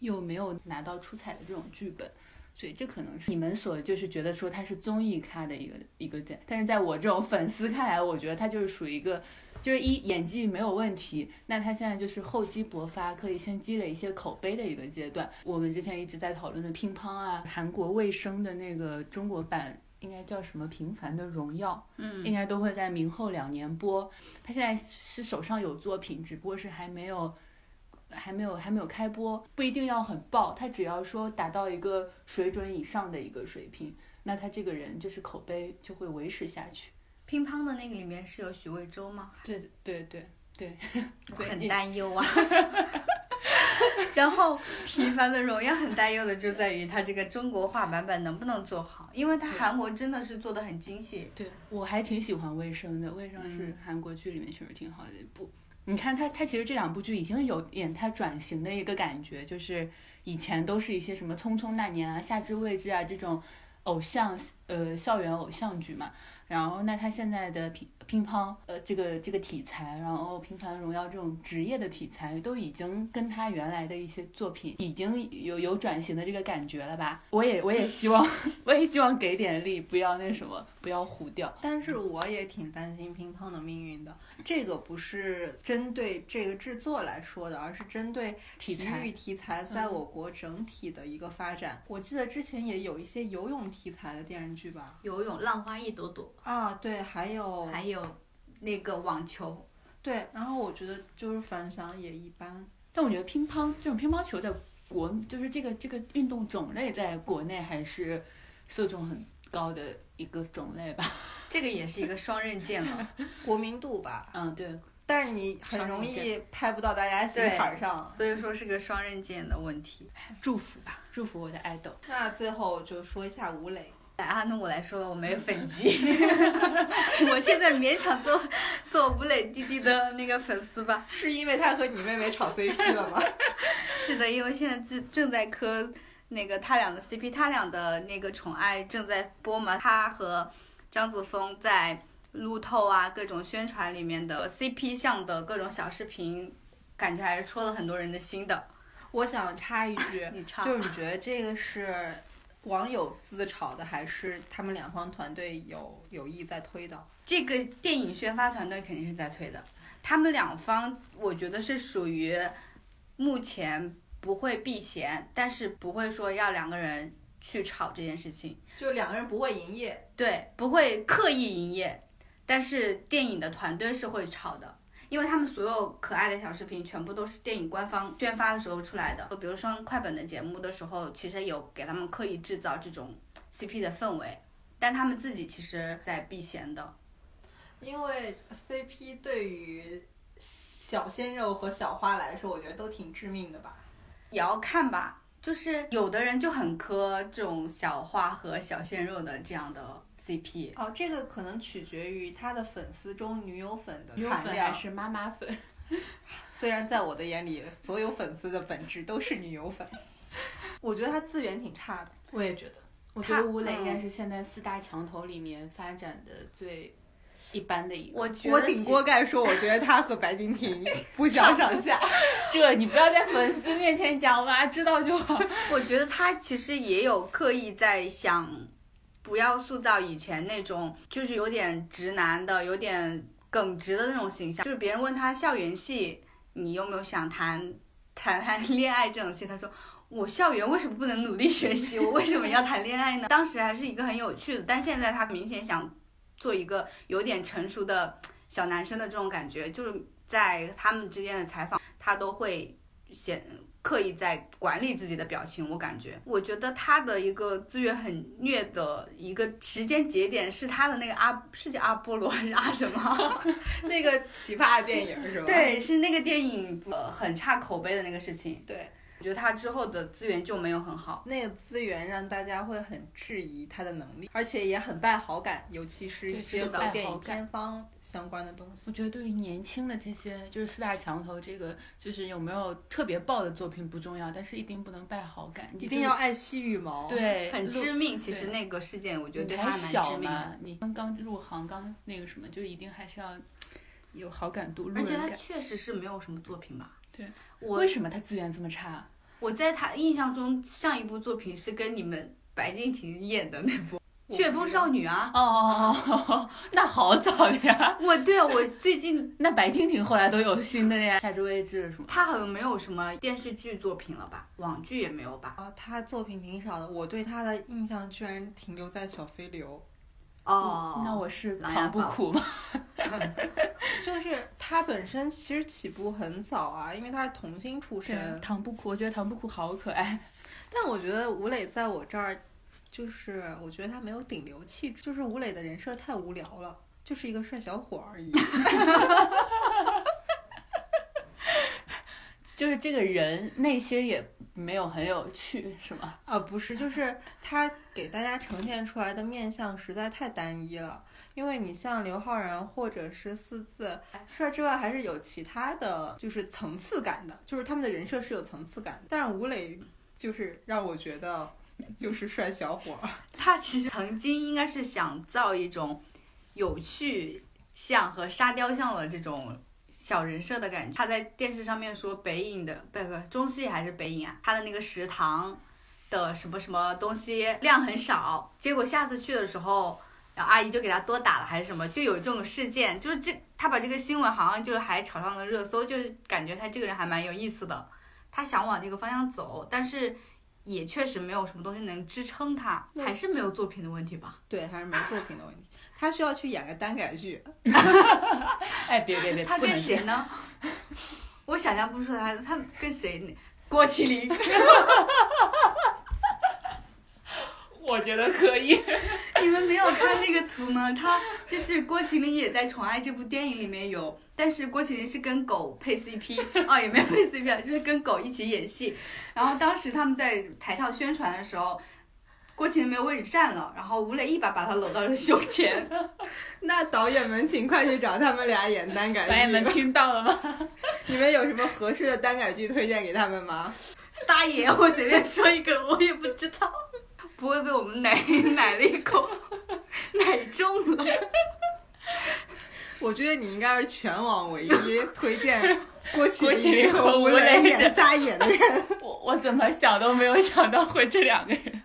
Speaker 3: 又没有拿到出彩的这种剧本。所以这可能是你们所就是觉得说他是综艺咖的一个一个点，但是在我这种粉丝看来，我觉得他就是属于一个 [LAUGHS] 就是一演技没有问题，那他现在就是厚积薄发，可以先积累一些口碑的一个阶段。我们之前一直在讨论的乒乓啊，韩国卫生的那个中国版。应该叫什么《平凡的荣耀》，嗯，应该都会在明后两年播。他现在是手上有作品，只不过是还没有，还没有，还没有开播，不一定要很爆，他只要说达到一个水准以上的一个水平，那他这个人就是口碑就会维持下去。
Speaker 1: 乒乓的那个里面是有许魏洲吗？
Speaker 3: 对对对对，
Speaker 1: 我很担忧啊。 [LAUGHS] 然后《平凡的荣耀》很担忧的就在于它这个中国化版本能不能做好，因为它韩国真的是做的很精细。
Speaker 3: 对我还挺喜欢《卫生》的，《卫生》是韩国剧里面确实挺好的一部。你看他，他其实这两部剧已经有点他转型的一个感觉，就是以前都是一些什么《匆匆那年》啊、《夏至未至》啊这种偶像呃校园偶像剧嘛。然后，那他现在的乒乒乓，呃，这个这个题材，然后《平凡荣耀》这种职业的题材，都已经跟他原来的一些作品已经有有转型的这个感觉了吧？我也我也希望，我也希望给点力，不要那什么，不要糊掉。
Speaker 2: 但是我也挺担心乒乓的命运的。这个不是针对这个制作来说的，而是针对
Speaker 3: 题
Speaker 2: 体嗯
Speaker 3: 材
Speaker 2: 育题材在我国整体的一个发展。我记得之前也有一些游泳题材的电视剧吧？
Speaker 1: 游泳浪花一朵朵，
Speaker 2: 啊，对，还有
Speaker 1: 还有那个网球，
Speaker 2: 对，然后我觉得就是反响也一般。
Speaker 3: 但我觉得乒乓这种乒乓球在国，就是这个这个运动种类在国内还是受众很高的一个种类吧。
Speaker 1: 这个也是一个双刃剑 [LAUGHS] 了。
Speaker 2: 国民度吧，
Speaker 3: 嗯，对，
Speaker 2: 但是你很容易拍不到大家心坎儿上。
Speaker 1: 所以说是个双刃剑的问题。
Speaker 3: 祝福吧，祝福我的爱豆。
Speaker 2: 那最后就说一下吴磊，
Speaker 1: 来啊，那我来说，我没有粉 [LAUGHS] 鸡，我现在勉强做做吴磊弟弟的那个粉丝吧。
Speaker 2: [LAUGHS] 是因为他和你妹妹炒 CP 了 [LAUGHS] 吗？
Speaker 1: 是的，因为现在正正在磕那个他俩的 CP，他俩的那个宠爱正在播嘛，他和张子枫在路透啊各种宣传里面的 CP 向的各种小视频，感觉还是戳了很多人的心的。
Speaker 2: 我想插一 [LAUGHS] 句，
Speaker 1: 你唱，
Speaker 2: 就是你觉得这个是网友自炒的，还是他们两方团队有有意在推导？
Speaker 1: 这个电影宣发团队肯定是在推的，他们两方我觉得是属于目前不会避嫌，但是不会说要两个人去吵这件事情。
Speaker 2: 就两个人不会营业，
Speaker 1: 对，不会刻意营业，但是电影的团队是会炒的，因为他们所有可爱的小视频全部都是电影官方宣发的时候出来的。比如说快本的节目的时候，其实有给他们刻意制造这种 CP 的氛围，但他们自己其实在避嫌的。
Speaker 2: 因为 CP 对于小鲜肉和小花来说，我觉得都挺致命的吧。
Speaker 1: 也要看吧，就是有的人就很磕这种小花和小鲜肉的这样的 CP，
Speaker 2: 哦，这个可能取决于他的粉丝中女友粉的
Speaker 3: 优
Speaker 2: 含
Speaker 3: 粉还
Speaker 2: 量。
Speaker 3: 是妈妈
Speaker 2: [LAUGHS]
Speaker 3: 粉？
Speaker 2: 虽然在我的眼里，所有粉丝的本质都是女友粉。我觉得他资源挺差的。
Speaker 3: 我也觉得，我觉
Speaker 1: 他
Speaker 3: 得吴磊应该
Speaker 1: 嗯
Speaker 3: 是现在四大墙头里面发展的最一般的一个。
Speaker 1: 我觉
Speaker 2: 我
Speaker 1: 得
Speaker 2: 顶
Speaker 1: 其
Speaker 2: 锅盖说，我觉得他和白敬亭不相上 [LAUGHS] 下。
Speaker 3: 这你不要在粉丝面前讲，我们知道就好。
Speaker 1: [LAUGHS] 我觉得他其实也有刻意在想，不要塑造以前那种就是有点直男的、有点耿直的那种形象。就是别人问他校园戏，你有没有想谈谈谈恋爱这种戏，他说。我校园为什么不能努力学习？我为什么要谈恋爱呢？当时还是一个很有趣的，但现在他明显想做一个有点成熟的小男生的这种感觉，就是在他们之间的采访，他都会显刻意在管理自己的表情，我感觉，我觉得他的一个资源很虐的一个时间节点是他的那个阿 [LAUGHS] 是叫阿波罗还是阿
Speaker 3: [LAUGHS]
Speaker 1: 什么？
Speaker 2: 那个奇葩的电影是吧？
Speaker 1: 对，是那个电影呃很差口碑的那个事情。
Speaker 2: 对，
Speaker 1: 我觉得他之后的资源就没有很好。
Speaker 2: 那个资源让大家会很质疑他的能力，而且也很败好感，尤其是一
Speaker 3: 对
Speaker 2: 些
Speaker 3: 是的
Speaker 2: 和
Speaker 3: 败
Speaker 2: 电
Speaker 3: 好
Speaker 2: 影
Speaker 3: 感
Speaker 2: 片方相关的东西
Speaker 3: 我。觉得对于年轻的这些，就是四大墙头这个，就是有没有特别爆的作品不重要，但是一定不能败好感，你
Speaker 2: 一定
Speaker 3: 就
Speaker 2: 要爱惜羽毛。，
Speaker 3: 对
Speaker 1: 很
Speaker 3: 路
Speaker 1: 致命，其
Speaker 3: 对
Speaker 1: 实那个事件，我觉得
Speaker 3: 你
Speaker 1: 对他
Speaker 3: 还
Speaker 1: 蛮致
Speaker 3: 小
Speaker 1: 命的。
Speaker 3: 嘛，你刚刚入行，刚那个什么，就一定还是要有好感度、路
Speaker 1: 而且
Speaker 3: 人
Speaker 1: 他
Speaker 3: 感。
Speaker 1: 确实是没有什么作品吧？
Speaker 3: 对，
Speaker 1: 我
Speaker 3: 为什么他资源这么差？
Speaker 1: 我在他印象中上一部作品是跟你们白敬亭演的那部《 《旋风少女》啊，
Speaker 3: 哦哦哦哦，那好早的呀。
Speaker 1: 我对啊我最近
Speaker 3: 那白敬亭后来都有新的呀，夏至未至什么。
Speaker 1: 他好像没有什么电视剧作品了吧，网剧也没有吧？
Speaker 2: 啊，他作品挺少的，我对他的印象居然停留在小飞 [LAUGHS] 流，
Speaker 1: 哦，
Speaker 3: 嗯那我是
Speaker 1: 琅琊
Speaker 3: 扛不
Speaker 1: 榜
Speaker 3: 苦吗？
Speaker 2: 就是他本身其实起步很早啊，因为他是童星出身
Speaker 3: 是，唐不苦，我觉得唐不苦好可爱。
Speaker 2: 但我觉得吴磊在我这儿，就是我觉得他没有顶流气质，就是吴磊的人设太无聊了，就是一个帅小伙而已。
Speaker 3: 就是这个人内心也没有很有趣，是吗？
Speaker 2: 啊，不是，就是他给大家呈现出来的面相实在太单一了。因为你像刘昊然或者是四字，帅之外还是有其他的，就是层次感的，就是他们的人设是有层次感的。但是吴磊就是让我觉得就是帅小伙儿， [LAUGHS]
Speaker 1: 他其实曾经应该是想造一种有趣像和沙雕像的这种小人设的感觉。他在电视上面说北影的，不不，中戏还是北影啊，他的那个食堂的什么什么东西量很少，结果下次去的时候。然后阿姨就给他多打了还是什么，就有这种事件，就是这他把这个新闻好像就是还炒上了热搜，就是感觉他这个人还蛮有意思的，他想往这个方向走，但是也确实没有什么东西能支撑他，
Speaker 2: 那
Speaker 1: 还是没有作品的问题吧？
Speaker 2: 对，还是没作品的问题。他需要去演个耽改剧，
Speaker 3: 哎，别别别，
Speaker 1: 他
Speaker 3: 不能
Speaker 1: 跟
Speaker 3: 这样
Speaker 1: 谁呢？ [LAUGHS] 我想象不出来，他跟谁？郭麒麟，
Speaker 4: 我觉得可以。
Speaker 1: [LAUGHS] 你们没有看那个图吗？他就是郭麒麟也在《宠爱》这部电影里面有，但是郭麒麟是跟狗配 CP，哦， [LAUGHS] 也没有配 CP 啊，就是跟狗一起演戏。然后当时他们在台上宣传的时候，郭麒麟没有位置站了，然后吴磊一把把他搂到了胸前，
Speaker 2: 那导演们请快去找他们俩演耽改剧。
Speaker 3: 导演们听到了吗？
Speaker 2: [LAUGHS] 你们有什么合适的耽改剧推荐给他们吗？
Speaker 1: 撒野，我随便说一个，我也不知道， [LAUGHS] 不会被我们奶奶了一口，奶中了。
Speaker 2: 我觉得你应该是全网唯一推
Speaker 3: [LAUGHS]
Speaker 2: 荐郭
Speaker 3: 郭麒麟和
Speaker 2: 和
Speaker 3: 吴
Speaker 2: 吴磊
Speaker 3: 磊
Speaker 2: 演撒
Speaker 3: [LAUGHS]
Speaker 2: 野的人。
Speaker 3: 我我怎么想都没有想到会这两个人。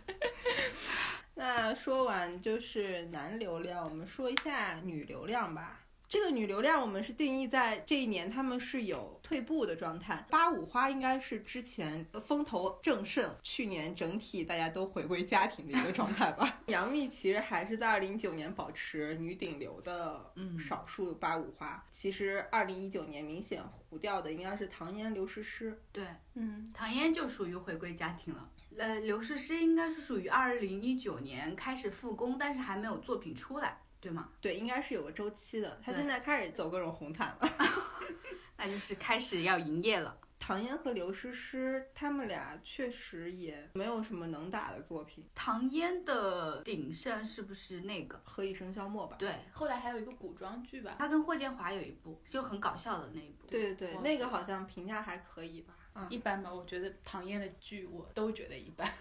Speaker 2: 那说完就是男流量，我们说一下女流量吧。这个女流量我们是定义在这一年他们是有退步的状态。八五花应该是之前风头正盛，去年整体大家都回归家庭的一个状态吧。 [LAUGHS] 杨幂其实还是在二零一九年保持女顶流的
Speaker 1: 嗯
Speaker 2: 少数八五花。其实二零一九年明显糊掉的应该是唐嫣、刘诗诗。
Speaker 1: [LAUGHS] 对，
Speaker 3: 嗯，
Speaker 1: 唐嫣就属于回归家庭了。呃，刘诗诗应该是属于二零一九年开始复工，但是还没有作品出来，对吗？
Speaker 2: 对，应该是有个周期的。她
Speaker 1: 对
Speaker 2: 现在开始走各种红毯了。
Speaker 3: [LAUGHS]
Speaker 1: 那就是开始要营业了。
Speaker 2: 唐嫣和刘诗诗，他们俩确实也没有什么能打的作品，
Speaker 1: 唐嫣的鼎盛是不是那个？
Speaker 2: 《何以笙箫默》吧？
Speaker 1: 对，
Speaker 3: 后来还有一个古装剧吧，
Speaker 1: 她跟霍建华有一部，就很搞笑的那一部。，
Speaker 2: 对对对，
Speaker 3: 忘记嗯
Speaker 2: 那个好像评价还可以吧？啊，
Speaker 3: 一般吧。我觉得唐嫣的剧我都觉得一般。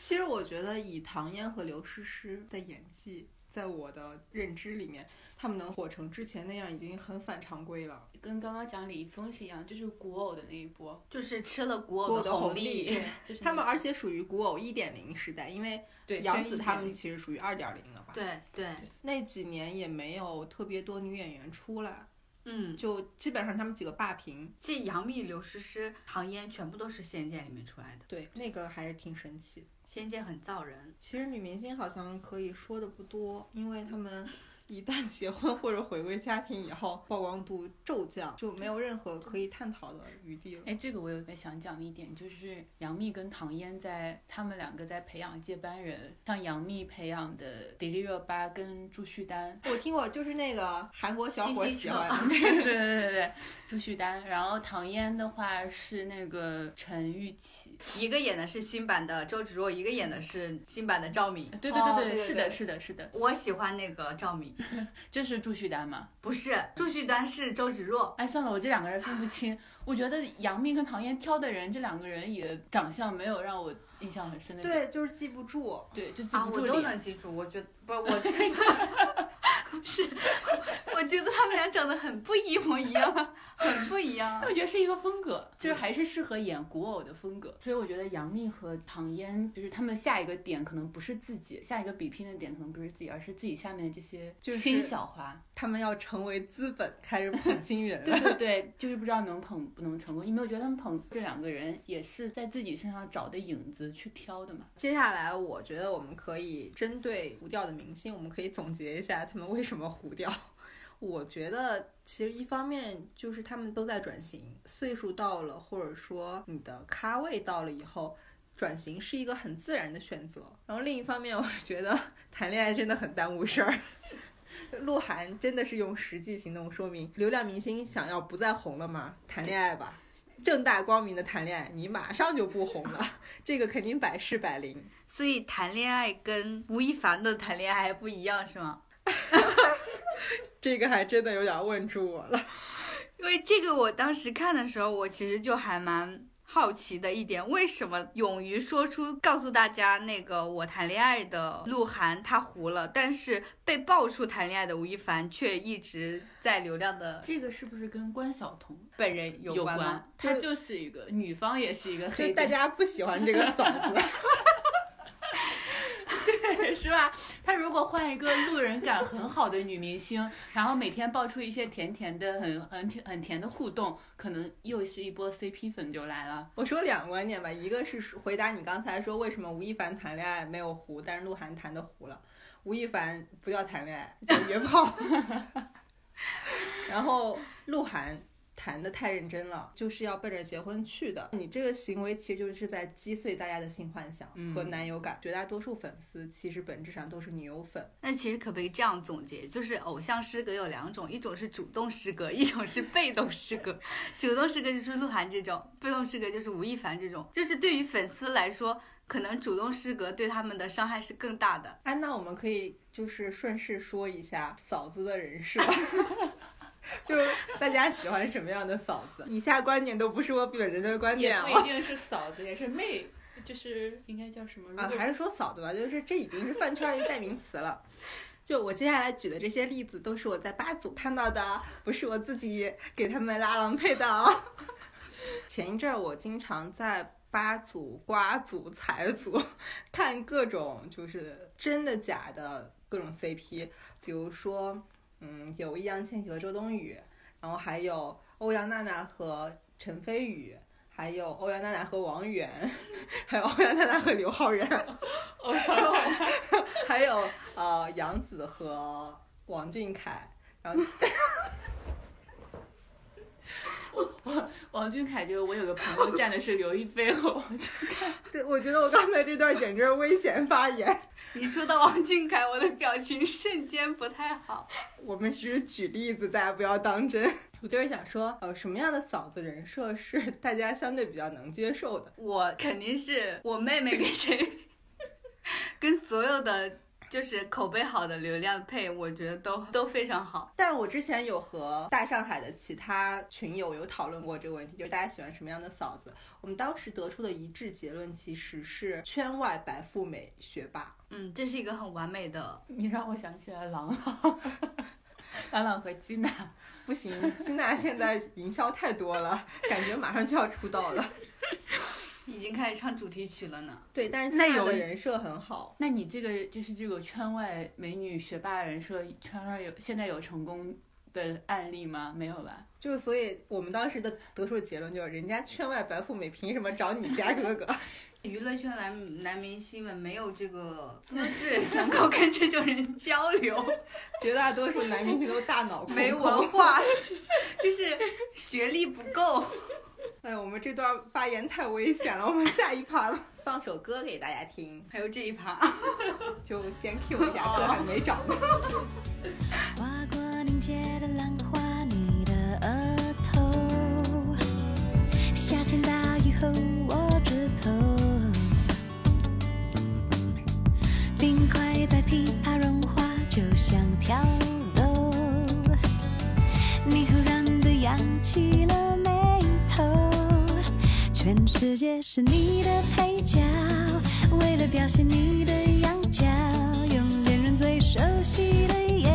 Speaker 2: 其实我觉得以唐嫣和刘诗诗的演技，在我的认知里面，他们能火成之前那样已经很反常规了。
Speaker 3: 跟刚刚讲李易峰是一样，就是古偶的那一波。
Speaker 1: 就是吃了古
Speaker 2: 古
Speaker 1: 偶
Speaker 2: 偶的
Speaker 1: 红
Speaker 2: 红利
Speaker 1: 利。
Speaker 3: 对，就是
Speaker 2: 他们而且属于古偶一点零时代，因为
Speaker 3: 对
Speaker 2: 杨紫他们其实属于二点零了吧？
Speaker 1: 对对，
Speaker 2: 那几年也没有特别多女演员出来，
Speaker 1: 嗯，
Speaker 2: 就基本上他们几个霸屏。
Speaker 1: 这杨幂、刘诗诗、唐嫣全部都是《仙剑》里面出来的，《
Speaker 2: 对，那个还是挺神奇的。
Speaker 1: 仙剑》很造人。
Speaker 2: 其实女明星好像可以说的不多，因为她们一旦结婚或者回归家庭以后，曝光度骤降，就没有任何可以探讨的余地了。，
Speaker 3: 哎，这个我有个想讲的一点，就是杨幂跟唐嫣在他们两个在培养接班人，像杨�幂培养的迪丽热巴跟朱旭丹 [LAUGHS]
Speaker 2: 我听过，就是那个韩国小伙
Speaker 1: 金希
Speaker 2: 喜
Speaker 1: 澈
Speaker 2: 欢的，
Speaker 3: 对对对对对，朱旭丹。然后唐嫣的话是那个陈钰琪，
Speaker 1: 一个演的是新版的周芷若，一个演的是新版的赵敏。
Speaker 3: 对对
Speaker 2: 哦
Speaker 3: 对，
Speaker 2: 对对
Speaker 3: 是
Speaker 2: 对
Speaker 3: 的，是的，是的，
Speaker 1: 我喜欢那个赵敏，
Speaker 3: 这是朱旭丹嘛？
Speaker 1: 不是朱旭丹是周芷若，
Speaker 3: 哎，算了，我这两个人分不清。我觉得杨幂跟唐嫣挑的人，这两个人也长相没有让我印象很深的点。
Speaker 2: 对，就是记不住。
Speaker 3: 对，就记
Speaker 1: 啊，
Speaker 3: 不
Speaker 1: 我
Speaker 3: 住
Speaker 1: 都
Speaker 3: 脸。
Speaker 1: [LAUGHS] 能记住。我觉得不是我，我觉得他们俩长得很不一模一样，很不一样
Speaker 3: 但。我觉得是一个风格，就是还是适合演古偶的风格。所以我觉得杨幂和唐嫣，就是他们下一个点可能不是自己，下一个比拼的点可能不是自己，而是自己下面的这些
Speaker 2: 就是
Speaker 3: 新小花。
Speaker 2: 他们要成为资本，开始捧新人
Speaker 3: [LAUGHS]
Speaker 2: 了。
Speaker 3: 对对对，就是不知道能捧不能成功，因为我觉得他们捧这两个人也是在自己身上找的影子去挑的嘛。
Speaker 2: 接下来，我觉得我们可以针对糊掉的明星，我们可以总结一下他们为什么糊掉。 [LAUGHS] 我觉得其实一方面就是他们都在转型，岁数到了，或者说你的咖位到了以后，转型是一个很自然的选择。然后另一方面，我觉得谈恋爱真的很耽误事儿。 [LAUGHS] 鹿晗真的是用实际行动说明，流量明星想要不再红了吗？谈恋爱吧，正大光明的谈恋爱，你马上就不红了，这个肯定百试百灵。
Speaker 1: [LAUGHS] 所以谈恋爱跟吴亦凡的谈恋爱不一样是吗？
Speaker 2: [LAUGHS] 这个还真的有点问住我了。
Speaker 1: 因为这个，我当时看的时候，我其实就还蛮好奇的一点，为什么勇于说出告诉大家那个我谈恋爱的鹿晗他糊了，但是被爆出谈恋爱的吴亦凡却一直在流量的
Speaker 3: 这个是不是跟关晓彤
Speaker 1: 本人有
Speaker 3: 有
Speaker 1: 关吗？
Speaker 3: 她
Speaker 2: 就
Speaker 3: 就是一个女方，也是一个
Speaker 2: 就
Speaker 3: 黑
Speaker 2: 大
Speaker 3: 点，
Speaker 2: 家不喜欢这个嫂 [LAUGHS] 子，
Speaker 3: [LAUGHS] 是吧？她如果换一个路人感很好的女明星，然后每天爆出一些甜甜的、很很甜、很甜的互动，可能又是一波 CP 粉就来了。
Speaker 2: 我说两个观点吧，一个是回答你刚才说为什么吴亦凡谈恋爱没有糊，但是鹿晗谈的糊了。吴亦凡不叫谈恋爱，叫约 [LAUGHS] 炮。然后鹿晗谈的太认真了，就是要奔着结婚去的。你这个行为其实就是在击碎大家的性幻想
Speaker 3: 嗯
Speaker 2: 和男友感。绝大多数粉丝其实本质上都是女友粉。
Speaker 1: 那其实可不可以这样总结？就是偶像诗歌有两种，一种是主动诗歌，一种是被动诗歌。主动诗歌就是鹿晗这种，被动诗歌就是吴亦凡这种。就是对于粉丝来说，可能主动诗歌对他们的伤害是更大的。
Speaker 2: 哎，那我们可以就是顺势说一下嫂子的人设，就是大家喜欢什么样的嫂子？以下观点都不是我本人的观
Speaker 4: 也
Speaker 2: 点
Speaker 4: 不一
Speaker 2: 哦。
Speaker 4: 定是嫂子，也是妹，就是应该叫什么？如
Speaker 2: 啊，
Speaker 4: 果
Speaker 2: 还是说嫂子吧，就是这已经是饭圈儿一代名词了。就我接下来举的这些例子，都是我在八组看到的，不是我自己给他们拉郎配的哦。前一阵儿我经常在八组、瓜组、财组看各种就是真的假的各种 CP，比如说，嗯，有易烊千玺和周冬雨，然后还有欧阳娜娜和陈飞宇，还有欧阳娜娜和王源，还有欧阳娜娜和刘 [LAUGHS] 昊然，还有呃杨紫和王俊凯，然后
Speaker 3: 王俊凯就是我有个朋友站的是刘亦菲 [LAUGHS] 和王俊，
Speaker 2: 对，我觉得我刚才这段简直是危险发言。
Speaker 1: [LAUGHS] 你说到王俊凯，我的表情瞬间不太好。
Speaker 2: 我们只是举例子，大家不要当真。我就是想说，呃，什么样的嫂子人设是大家相对比较能接受的？
Speaker 1: 我肯定是我妹妹跟谁，跟所有的就是口碑好的流量配，我觉得都都非常好。
Speaker 2: 但我之前有和大上海的其他群友有讨论过这个问题，就是大家喜欢什么样的嫂子？我们当时得出的一致结论其实是圈外白富美学霸。
Speaker 1: 嗯，这是一个很完美的
Speaker 3: 你让我想起来郎朗， [LAUGHS] 郎朗和金娜。
Speaker 2: 不行， [LAUGHS] 金娜现在营销太多了，感觉马上就要出道了。
Speaker 1: 已经开始唱主题曲了呢。
Speaker 2: [LAUGHS] 对，但是
Speaker 3: 那
Speaker 2: 金娜
Speaker 3: 有
Speaker 2: 的
Speaker 3: 一
Speaker 2: 人设很好。
Speaker 3: [LAUGHS] 那你这个就是这个圈外美女学霸人设，圈外有现在有成功的案例吗？没有吧？
Speaker 2: 就是，所以我们当时的得出的结论就是，人家圈外白富美凭什么找你家哥 [LAUGHS] 哥？
Speaker 1: 娱乐圈男男明星们没有这个资质能够跟这种人交流，
Speaker 2: 绝大多数男明星都大脑空空。
Speaker 1: 没文
Speaker 2: [LAUGHS]
Speaker 1: 化，就是学历不够。
Speaker 2: 哎，我们这段发言太危险了，我们下一趴吧。放首歌给大家听，
Speaker 1: 还有这一趴，
Speaker 2: 就先 Q 一 [LAUGHS] 下，歌还没找呢。
Speaker 5: 划过凝结的浪花，你的额头。夏天大雨后，我枝头。冰块在琵琶融化，就像跳楼。你忽然的扬起了眉头，全世界是你的配角，为了表现你的羊角，用恋人最熟悉的眼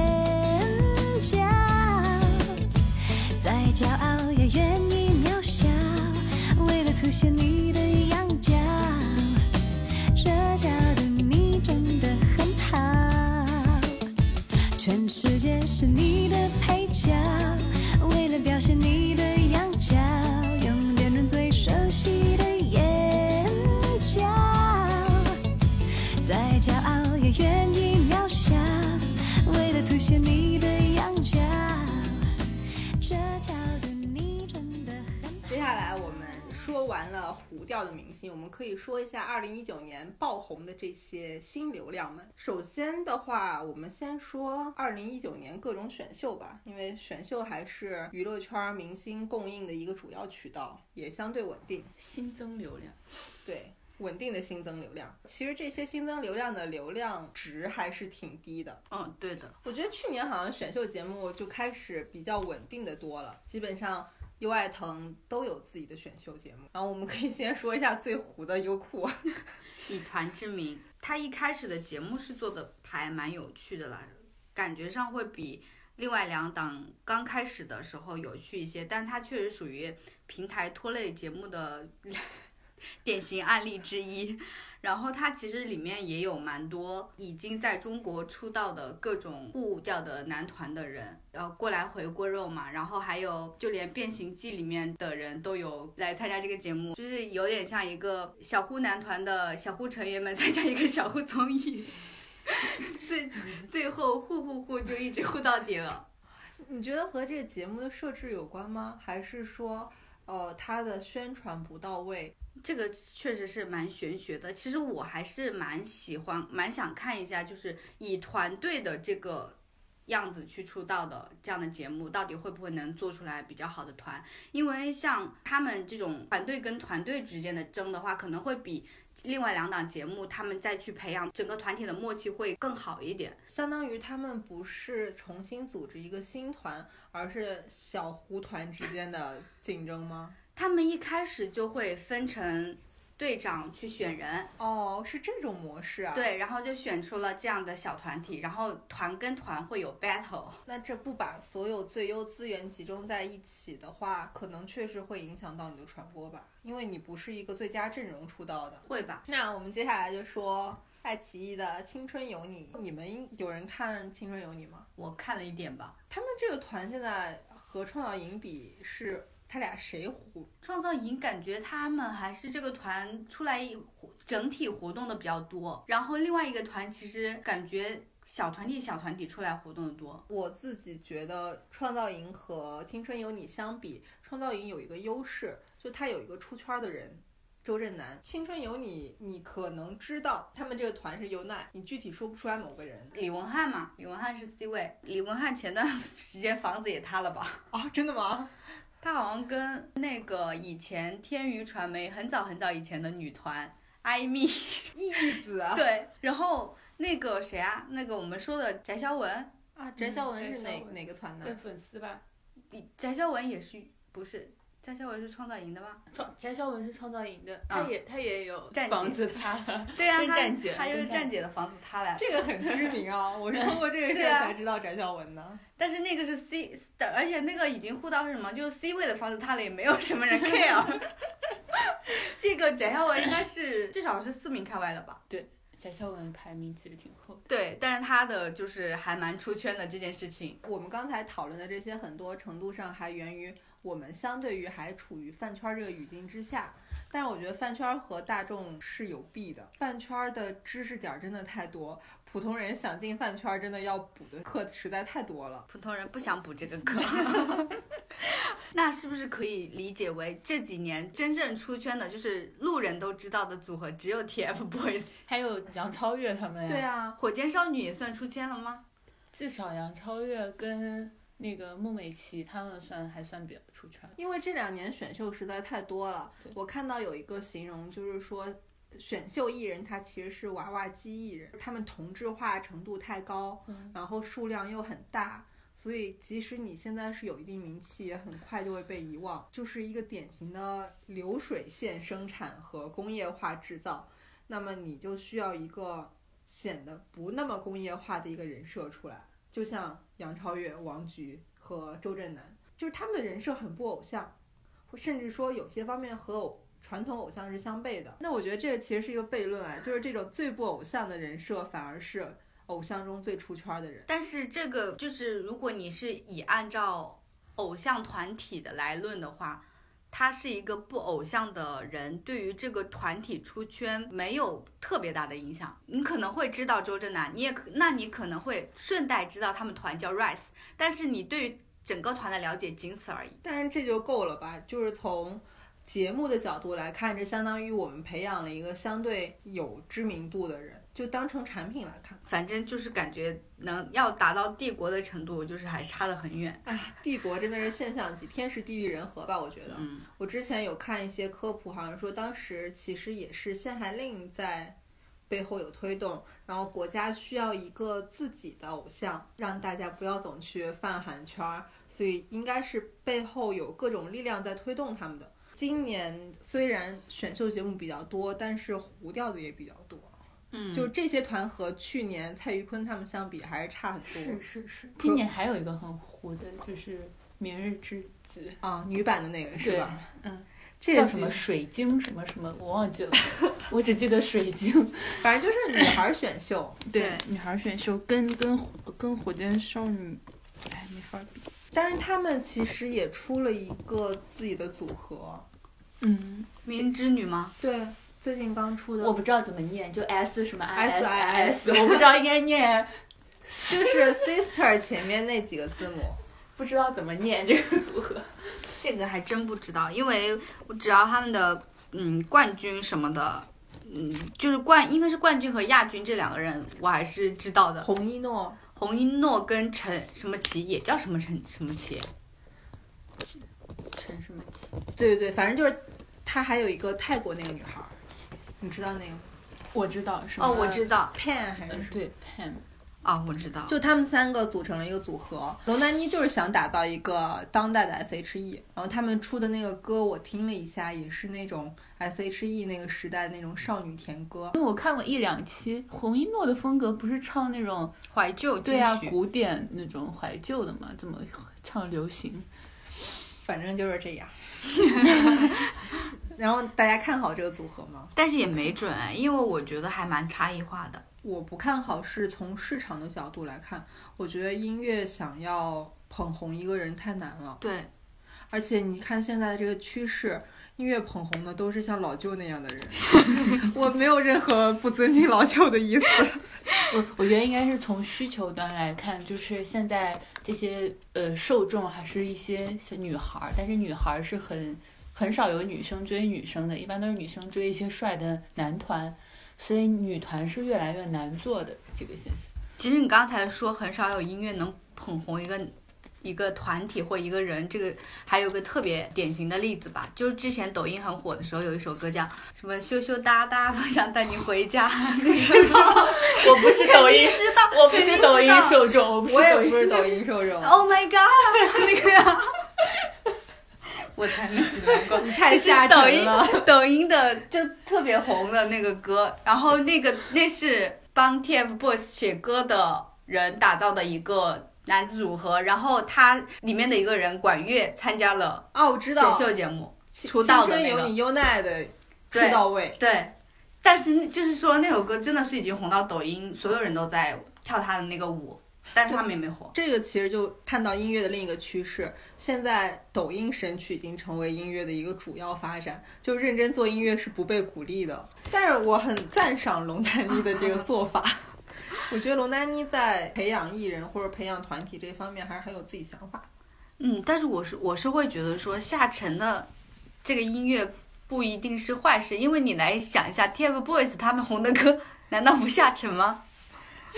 Speaker 2: 说完了糊掉的明星，我们可以说一下二零一九年爆红的这些新流量们。首先的话，我们先说二零一九年各种选秀吧，因为选秀还是娱乐圈明星供应的一个主要渠道，也相对稳定。
Speaker 3: 新增流量，
Speaker 2: 对。稳定的新增流量，其实这些新增流量的流量值还是挺低的。
Speaker 1: 嗯，对的，
Speaker 2: 我觉得去年好像选秀节目就开始比较稳定的多了，基本上优爱腾都有自己的选秀节目。然后我们可以先说一下最糊的优酷，啊
Speaker 1: 以团之名，他一开始的节目是做的还蛮有趣的啦，感觉上会比另外两档刚开始的时候有趣一些，但它确实属于平台拖累节目的 [LAUGHS] 典型案例之一。然后它其实里面也有蛮多已经在中国出道的各种互调的男团的人，然后过来回锅肉嘛，然后还有就连《变形记》里面的人都有来参加这个节目，就是有点像一个小呼男团的小呼成员们参加一个小呼综艺， [LAUGHS] 最最后互互互就一直互到底了。
Speaker 2: [LAUGHS] 你觉得和这个节目的设置有关吗？还是说，呃，它的宣传不到位？
Speaker 1: 这个确实是蛮玄学的。其实我还是蛮喜欢、蛮想看一下，就是以团队的这个样子去出道的这样的节目，到底会不会能做出来比较好的团？因为像他们这种团队跟团队之间的争的话，可能会比另外两档节目他们再去培养整个团体的默契会更好一点。
Speaker 2: 相当于他们不是重新组织一个新团，而是小胡团之间的竞争吗？
Speaker 1: 他们一开始就会分成队长去选人，
Speaker 2: 哦，是这种模式啊。，
Speaker 1: 对，然后就选出了这样的小团体，然后团跟团会有 battle。
Speaker 2: 那这不把所有最优资源集中在一起的话，可能确实会影响到你的传播吧，因为你不是一个最佳阵容出道的。
Speaker 1: 会吧？
Speaker 2: 那我们接下来就说爱奇艺的《青春有你》，你们有人看《青春有你》吗？
Speaker 1: 我看了一点吧。
Speaker 2: 他们这个团现在和创造营比是。他俩谁糊？
Speaker 1: 创造营感觉他们还是这个团出来一活整体活动的比较多，然后另外一个团其实感觉小团体小团体出来活动的多。
Speaker 2: 我自己觉得创造营和青春有你相比，创造营有一个优势，就他有一个出圈的人，周震南。青春有你，你可能知道他们这个团是有奶，你具体说不出来某个人
Speaker 1: 李文翰嘛，李文翰是 C 位。李文翰前段 [LAUGHS] 时间房子也塌了吧？
Speaker 2: 啊、真的吗？
Speaker 1: 他好像跟那个以前天娱传媒很早很早以前的女团艾蜜
Speaker 2: 义子啊，
Speaker 1: 对，然后那个谁啊，那个我们说的翟潇闻，
Speaker 2: 啊，
Speaker 1: 嗯
Speaker 2: 翟潇闻
Speaker 3: 翟
Speaker 2: 是
Speaker 3: 潇
Speaker 2: 哪
Speaker 3: 闻
Speaker 2: 哪个团
Speaker 4: 跟
Speaker 2: 的？
Speaker 4: 粉丝吧，
Speaker 1: 你翟潇闻也是不是？翟潇闻是创造营的吗？
Speaker 3: 创翟潇闻是创造营的，他也他也有
Speaker 1: 站
Speaker 3: 房
Speaker 1: 姐
Speaker 3: 子塌 [LAUGHS] 了，
Speaker 1: 对啊，
Speaker 3: 跟
Speaker 1: 他
Speaker 3: 站姐
Speaker 1: 他就是
Speaker 3: 跟
Speaker 1: 站
Speaker 3: 站
Speaker 1: 姐的房子塌了，
Speaker 2: 这个很知名啊，我是通过这个事
Speaker 1: 对
Speaker 2: 儿
Speaker 1: 啊
Speaker 2: 才知道翟潇闻的。
Speaker 1: 但是那个是 C，而且那个已经互到是什么，就是 C 位的房子塌了，也没有什么人 care。这个翟潇闻应该是至少是四名开外了吧？
Speaker 3: 翟潇闻排名其实挺后的，
Speaker 1: 对，但是他的就是还蛮出圈的这件事情。
Speaker 2: 我们刚才讨论的这些，很多程度上还源于我们相对于还处于饭圈儿这个语境之下，但是我觉得饭圈儿和大众是有弊的，饭圈儿的知识点儿真的太多，普通人想进饭圈儿真的要补的课实在太多了。
Speaker 1: 普通人不想补这个 [LAUGHS] 课，那是不是可以理解为这几年真正出圈的，就是路人都知道的组合，只有 TFBOYS？
Speaker 3: 还有杨超越他们呀，
Speaker 2: 对啊，
Speaker 1: 火箭少女也算出圈了吗？
Speaker 3: 至少杨超越跟那个孟美岐他们算还算比较出圈。
Speaker 2: 因为这两年选秀实在太多了
Speaker 3: 对，
Speaker 2: 我看到有一个形容就是说。选秀艺人他其实是娃娃机艺人，他们同质化程度太高，
Speaker 3: 嗯
Speaker 2: 然后数量又很大，所以即使你现在是有一定名气，也很快就会被遗忘，就是一个典型的流水线生产和工业化制造。那么你就需要一个显得不那么工业化的一个人设出来，就像杨超越、王菊和周震南，就是他们的人设很不偶像，或甚至说有些方面和偶传统偶像是相悖的。那我觉得这个其实是一个悖论啊，就是这种最不偶像的人设，反而是偶像中最出圈的人。
Speaker 1: 但是这个就是，如果你是以按照偶像团体的来论的话，他是一个不偶像的人，对于这个团体出圈没有特别大的影响。你可能会知道周震南，你也可，那你可能会顺带知道他们团叫 Rise，但是你对于整个团的了解仅此而已。
Speaker 2: 但是这就够了吧？就是从节目的角度来看，这相当于我们培养了一个相对有知名度的人，就当成产品来看。
Speaker 1: 反正就是感觉能要达到帝国的程度，就是还差得很远。
Speaker 2: 帝国真的是现象级，天时地利人和吧？我觉得。
Speaker 1: 嗯，
Speaker 2: 我之前有看一些科普，好像说当时其实也是限韩令在背后有推动，然后国家需要一个自己的偶像，让大家不要总去泛韩圈儿，所以应该是背后有各种力量在推动他们的。今年虽然选秀节目比较多，但是糊掉的也比较多。
Speaker 1: 嗯
Speaker 2: 就这些团和去年蔡徐坤他们相比还是差很多
Speaker 3: 是是是，今年还有一个很糊的，就是《明日之子
Speaker 2: 啊，女版的那个是
Speaker 3: 对
Speaker 2: 吧？
Speaker 3: 嗯，
Speaker 2: 这》，
Speaker 3: 叫
Speaker 2: 个
Speaker 3: 什
Speaker 2: 节
Speaker 3: 么
Speaker 2: 目
Speaker 3: 水晶什么什么，我忘记了，我只记得水晶。 [LAUGHS]
Speaker 2: 反正就是女孩儿选秀，
Speaker 1: 对，
Speaker 3: 女孩选秀跟跟火跟火箭少女，哎，没法比。
Speaker 2: 但是他们其实也出了一个自己的组合，
Speaker 3: 嗯，
Speaker 1: 明之女吗？
Speaker 2: 对，最近刚出的，
Speaker 3: 我不知道怎么念，就 S 什么
Speaker 2: S I
Speaker 3: S，
Speaker 2: S
Speaker 3: 我不知道应该念，
Speaker 2: [LAUGHS] 就是 sister 前面那几个字 [LAUGHS] 母。
Speaker 3: 不知道怎么念这个组合。
Speaker 1: 这个还真不知道，因为我只要他们的嗯冠军什么的，嗯，就是冠应该是冠军和亚军这两个人，我还是知道的。
Speaker 2: 红一诺
Speaker 1: 洪一诺跟陈什么琪也叫什么陈什么琪，
Speaker 3: [LAUGHS] 陈什么琪？
Speaker 2: 对对对，反正就是他还有一个泰国那个女孩儿，你知道那个吗
Speaker 3: 我知道什么？
Speaker 1: 哦，我知道，
Speaker 2: Pan 还是
Speaker 3: 呃
Speaker 2: 什么？
Speaker 3: 对 Pam，
Speaker 1: 啊，我知道，
Speaker 2: 就他们三个组成了一个组合，龙丹妮就是想打造一个当代的 S.H.E，然后他们出的那个歌我听了一下，也是那种 S.H.E 那个时代那种少女甜歌，
Speaker 3: 因为我看过一两期，洪一诺的风格不是唱那种
Speaker 1: 怀旧
Speaker 3: 对啊
Speaker 1: 金曲
Speaker 3: 古典那种怀旧的嘛，怎么唱流行？
Speaker 2: 反正就是这样。 [LAUGHS] 然后大家看好这个组合吗？
Speaker 1: 但是也没准，因为我觉得还蛮差异化的。
Speaker 2: 我不看好，是从市场的角度来看，我觉得音乐想要捧红一个人太难了，
Speaker 1: 对，
Speaker 2: 而且你看现在的这个趋势。音乐捧红的都是像老舅那样的人， [LAUGHS] 我没有任何不尊敬老舅的意思。
Speaker 3: 我我觉得应该是从需求端来看，就是现在这些呃受众还是一些小女孩儿，但是女孩儿是很很少有女生追女生的，一般都是女生追一些帅的男团，所以女团是越来越难做的这个现象。
Speaker 1: 其实你刚才说很少有音乐能捧红一个一个团体或一个人，这个还有个特别典型的例子吧，就是之前抖音很火的时候，有一首歌叫什么“羞羞答答，不想带你回家”，你知道吗？
Speaker 3: 我不是抖音，
Speaker 1: 知道
Speaker 3: 我不是抖音受众，我不是
Speaker 2: 我也
Speaker 3: 抖
Speaker 2: 不
Speaker 3: 音。
Speaker 2: 是抖音受众，
Speaker 1: ？Oh my god！那个。我才没知道
Speaker 2: [LAUGHS]
Speaker 1: 过，
Speaker 2: 你太下
Speaker 1: 抖
Speaker 2: 沉
Speaker 1: 音
Speaker 2: 了。
Speaker 1: 抖音的就特别红的那个歌，然后那个那是帮 TFBOYS 写歌的人打造的一个男子组合，然后他里面的一个人管乐参加了
Speaker 2: 啊，我知
Speaker 1: 选
Speaker 2: 道，
Speaker 1: 秀节目，
Speaker 2: 青
Speaker 1: 出道的
Speaker 2: 青
Speaker 1: 那
Speaker 2: 春有
Speaker 1: 个
Speaker 2: 你优奈的出
Speaker 1: 对
Speaker 2: 道位，
Speaker 1: 对，但是那就是说那首歌真的是已经红到抖音，所有人都在跳他的那个舞，但是他们也没火。
Speaker 2: 这个其实就看到音乐的另一个趋势，现在抖音神曲已经成为音乐的一个主要发展，就认真做音乐是不被鼓励的。但是我很赞赏龙丹妮的这个做法， [LAUGHS] 我觉得龙丹妮在培养艺人或者培养团体这方面还是很有自己想法。
Speaker 1: 嗯，但是我是我是会觉得说下沉的这个音乐不一定是坏事，因为你来想一下，TFBOYS 他们红的歌难道不下沉吗？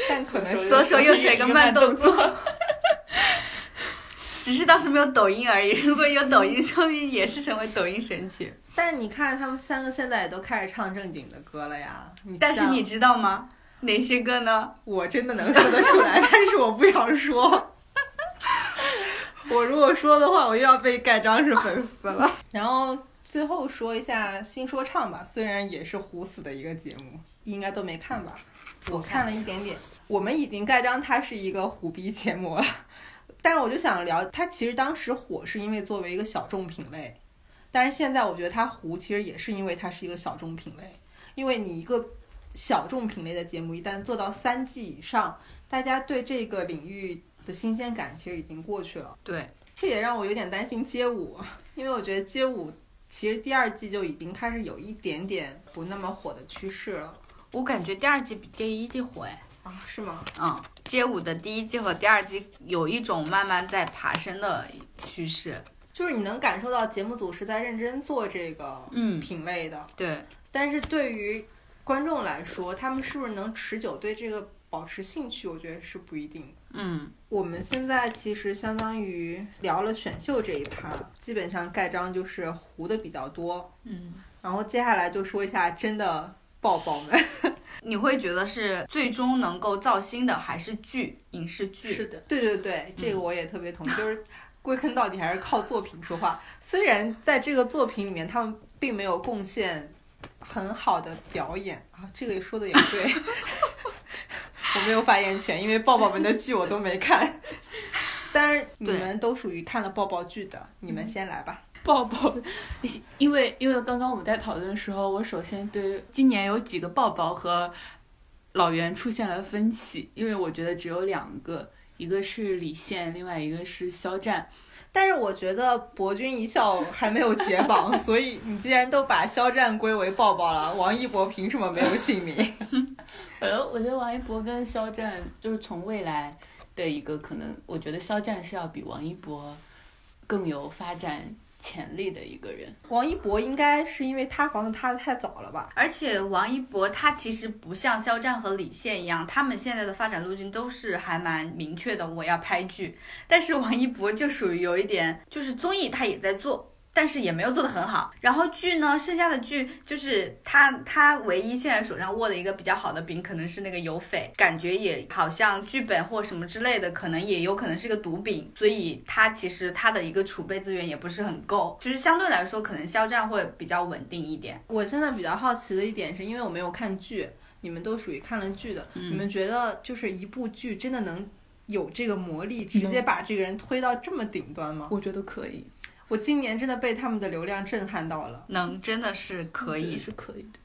Speaker 2: 但可能
Speaker 1: 左
Speaker 2: 是
Speaker 1: 手右手一个慢动作。 [LAUGHS] 只是当时没有抖音而已，如果有抖音，说明也是成为抖音神 [LAUGHS] 曲。
Speaker 2: 但你看他们三个现在也都开始唱正经的歌了呀。你
Speaker 1: 但是
Speaker 2: 像
Speaker 1: 你知道吗？哪些歌呢？
Speaker 2: 我真的能说得出来， [LAUGHS] 但是我不想说。我如果说的话，我又要被盖章是粉丝了。 [LAUGHS] 然后最后说一下新说唱吧，虽然也是虎死的一个节目，应该都没看吧？我看了一点点。我们已经盖章它是一个虎逼节目了， [LAUGHS] 但是我就想聊，它其实当时火是因为作为一个小众品类，但是现在我觉得它糊其实也是因为它是一个小众品类，因为你一个小众品类的节目一旦做到三季以上，大家对这个领域的新鲜感其实已经过去了。
Speaker 1: 对，
Speaker 2: 这也让我有点担心街舞，因为我觉得街舞其实第二季就已经开始有一点点不那么火的趋势了
Speaker 1: 我感觉第二季比第一季火哎。
Speaker 2: 啊？是吗？
Speaker 1: 嗯，街舞的第一季和第二季有一种慢慢在爬升的趋势。
Speaker 2: 就是你能感受到节目组是在认真做这个
Speaker 3: 嗯，
Speaker 2: 品类的。
Speaker 1: 对，
Speaker 2: 但是对于观众来说，他们是不是能持久对这个保持兴趣，我觉得是不一定的。
Speaker 3: 嗯，
Speaker 2: 我们现在其实相当于聊了选秀这一趴，基本上盖章就是糊的比较多，
Speaker 4: 嗯，
Speaker 2: 然后接下来就说一下真的抱抱们。
Speaker 1: 你会觉得是最终能够造星的还是剧影视剧？
Speaker 4: 是的，嗯
Speaker 2: 对对对，这个我也特别同意，就是归根到底还是靠作品说话。虽然在这个作品里面，他们并没有贡献很好的表演啊，这个也说的也对。 [LAUGHS] 我没有发言权，因为抱抱们的剧我都没看。但是你
Speaker 1: 对
Speaker 2: 们都属于看了抱抱剧的，你
Speaker 4: 嗯
Speaker 2: 们先来吧。
Speaker 3: 抱抱， [LAUGHS] 因为因为刚刚我们在讨论的时候，我首先对今年有几个抱抱和老袁出现了分歧，因为我觉得只有两个，一个是李现，另外一个是肖战。
Speaker 2: 但是我觉得博君一笑还没有解绑， [LAUGHS] 所以你既然都把肖战归为抱抱了，王一博凭什么没有姓名？
Speaker 3: 呃，我觉得王一博跟肖战就是从未来的一个可能，我觉得肖战是要比王一博更有发展潜力的一个人。
Speaker 2: 王一博应该是因为塌房的塌的太早了吧？
Speaker 1: 而且王一博他其实不像肖战和李现一样，他们现在的发展路径都是还蛮明确的，我要拍剧。但是王一博就属于有一点，就是综艺他也在做。但是也没有做得很好，然后剧呢，剩下的剧就是他他唯一现在手上握的一个比较好的饼，可能是那个有匪，感觉也好像剧本或什么之类的，可能也有可能是个毒饼，所以他其实他的一个储备资源也不是很够，其实相对来说，可能肖战会比较稳定一点。
Speaker 2: 我现在比较好奇的一点是，因为我没有看剧，你们都属于看了剧的，
Speaker 3: 嗯
Speaker 2: 你们觉得就是一部剧真的能有这个魔力，直接把这个人推到这么顶端吗？
Speaker 4: 我觉得可以，
Speaker 2: 我今年真的被他们的流量震撼到了。
Speaker 1: 能真的是可以，
Speaker 4: 是可以的。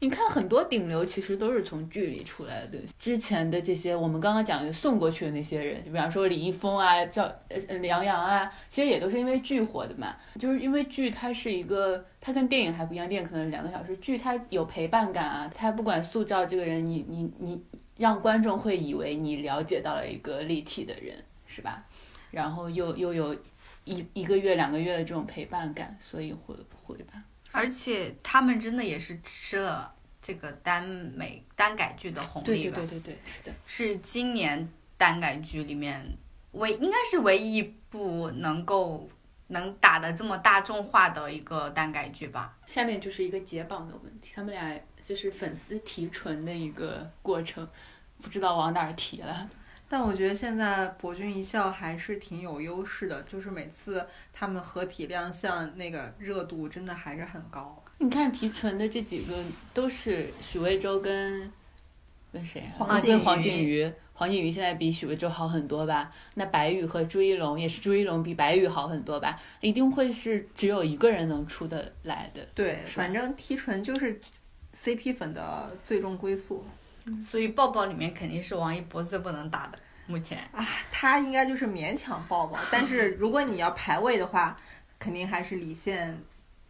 Speaker 3: 你看，很多顶流其实都是从剧里出来的。之前的这些，我们刚刚讲的送过去的那些人，就比方说李易峰啊、赵呃呃梁洋啊，其实也都是因为剧火的嘛。就是因为剧，它是一个，它跟电影还不一样，电影可能两个小时，剧它有陪伴感啊，它不管塑造这个人，你你你让观众会以为你了解到了一个立体的人，是吧？然后又又有一一个月、两个月的这种陪伴感，所以会会吧。
Speaker 1: 而且他们真的也是吃了这个耽美耽改剧的红利吧，
Speaker 3: 对对，是的。
Speaker 1: 是今年耽改剧里面唯应该是唯一一部能够能打的这么大众化的一个耽改剧吧。
Speaker 3: 下面就是一个解绑的问题，他们俩就是粉丝提纯的一个过程，不知道往哪儿提了。
Speaker 2: 但我觉得现在博君一笑还是挺有优势的，就是每次他们合体亮相，那个热度真的还是很高。
Speaker 3: 你看提纯的这几个都是许魏洲跟跟谁啊？
Speaker 2: 黄
Speaker 3: 啊
Speaker 2: 靖
Speaker 3: 跟
Speaker 2: 宇
Speaker 3: 黄靖宇。黄靖宇现在比许魏洲好很多吧？那白宇和朱一龙也是朱一龙比白宇好很多吧？一定会是只有一个人能出得来的。
Speaker 2: 对，
Speaker 3: 是吧
Speaker 2: 反正提纯就是 CP 粉的最终归宿。
Speaker 1: 所以抱抱里面肯定是王一博最不能打的，目前
Speaker 2: 啊，他应该就是勉强抱 [LAUGHS] 抱，但是如果你要排位的话，肯定还是李现、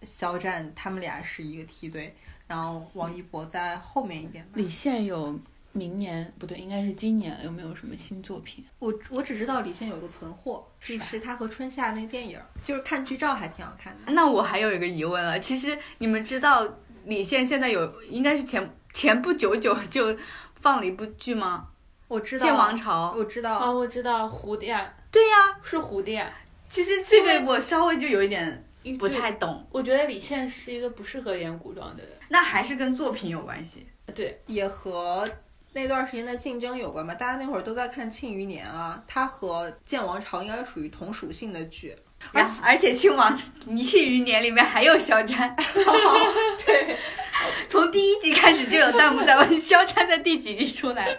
Speaker 2: 肖战他们俩是一个梯队，然后王一博在后面一点吧。
Speaker 3: 李现有明年不对，应该是今年有没有什么新作品？
Speaker 2: 我我只知道李现有个存货，
Speaker 3: 是
Speaker 2: 是
Speaker 3: 吧
Speaker 2: 是他和春夏那个电影，嗯就是看剧照还挺好看的。
Speaker 1: 那我还有一个疑问了，其实你们知道李现现在有应该是前前不久久就放了一部剧吗？
Speaker 2: 我知
Speaker 1: 《
Speaker 2: 道，
Speaker 1: 剑王朝》
Speaker 2: 我知道，
Speaker 4: 哦，我知道蝴蝶
Speaker 1: 啊对呀、
Speaker 4: 是蝴蝶，
Speaker 1: 其实这个我稍微就有一点不太懂，
Speaker 4: 我觉得李现是一个不适合演古装的人。
Speaker 1: 那还是跟作品有关系。
Speaker 4: 对，
Speaker 2: 也和那段时间的竞争有关吧。大家那会儿都在看《庆余年》啊，他和《剑王朝》应该属于同属性的剧。
Speaker 1: 然后，而且《亲王庆余年》里面还有肖
Speaker 4: [LAUGHS]
Speaker 1: 战，
Speaker 2: 对，
Speaker 1: 从第一集开始就有弹幕在问肖战在第几集出
Speaker 4: [LAUGHS]
Speaker 1: 来。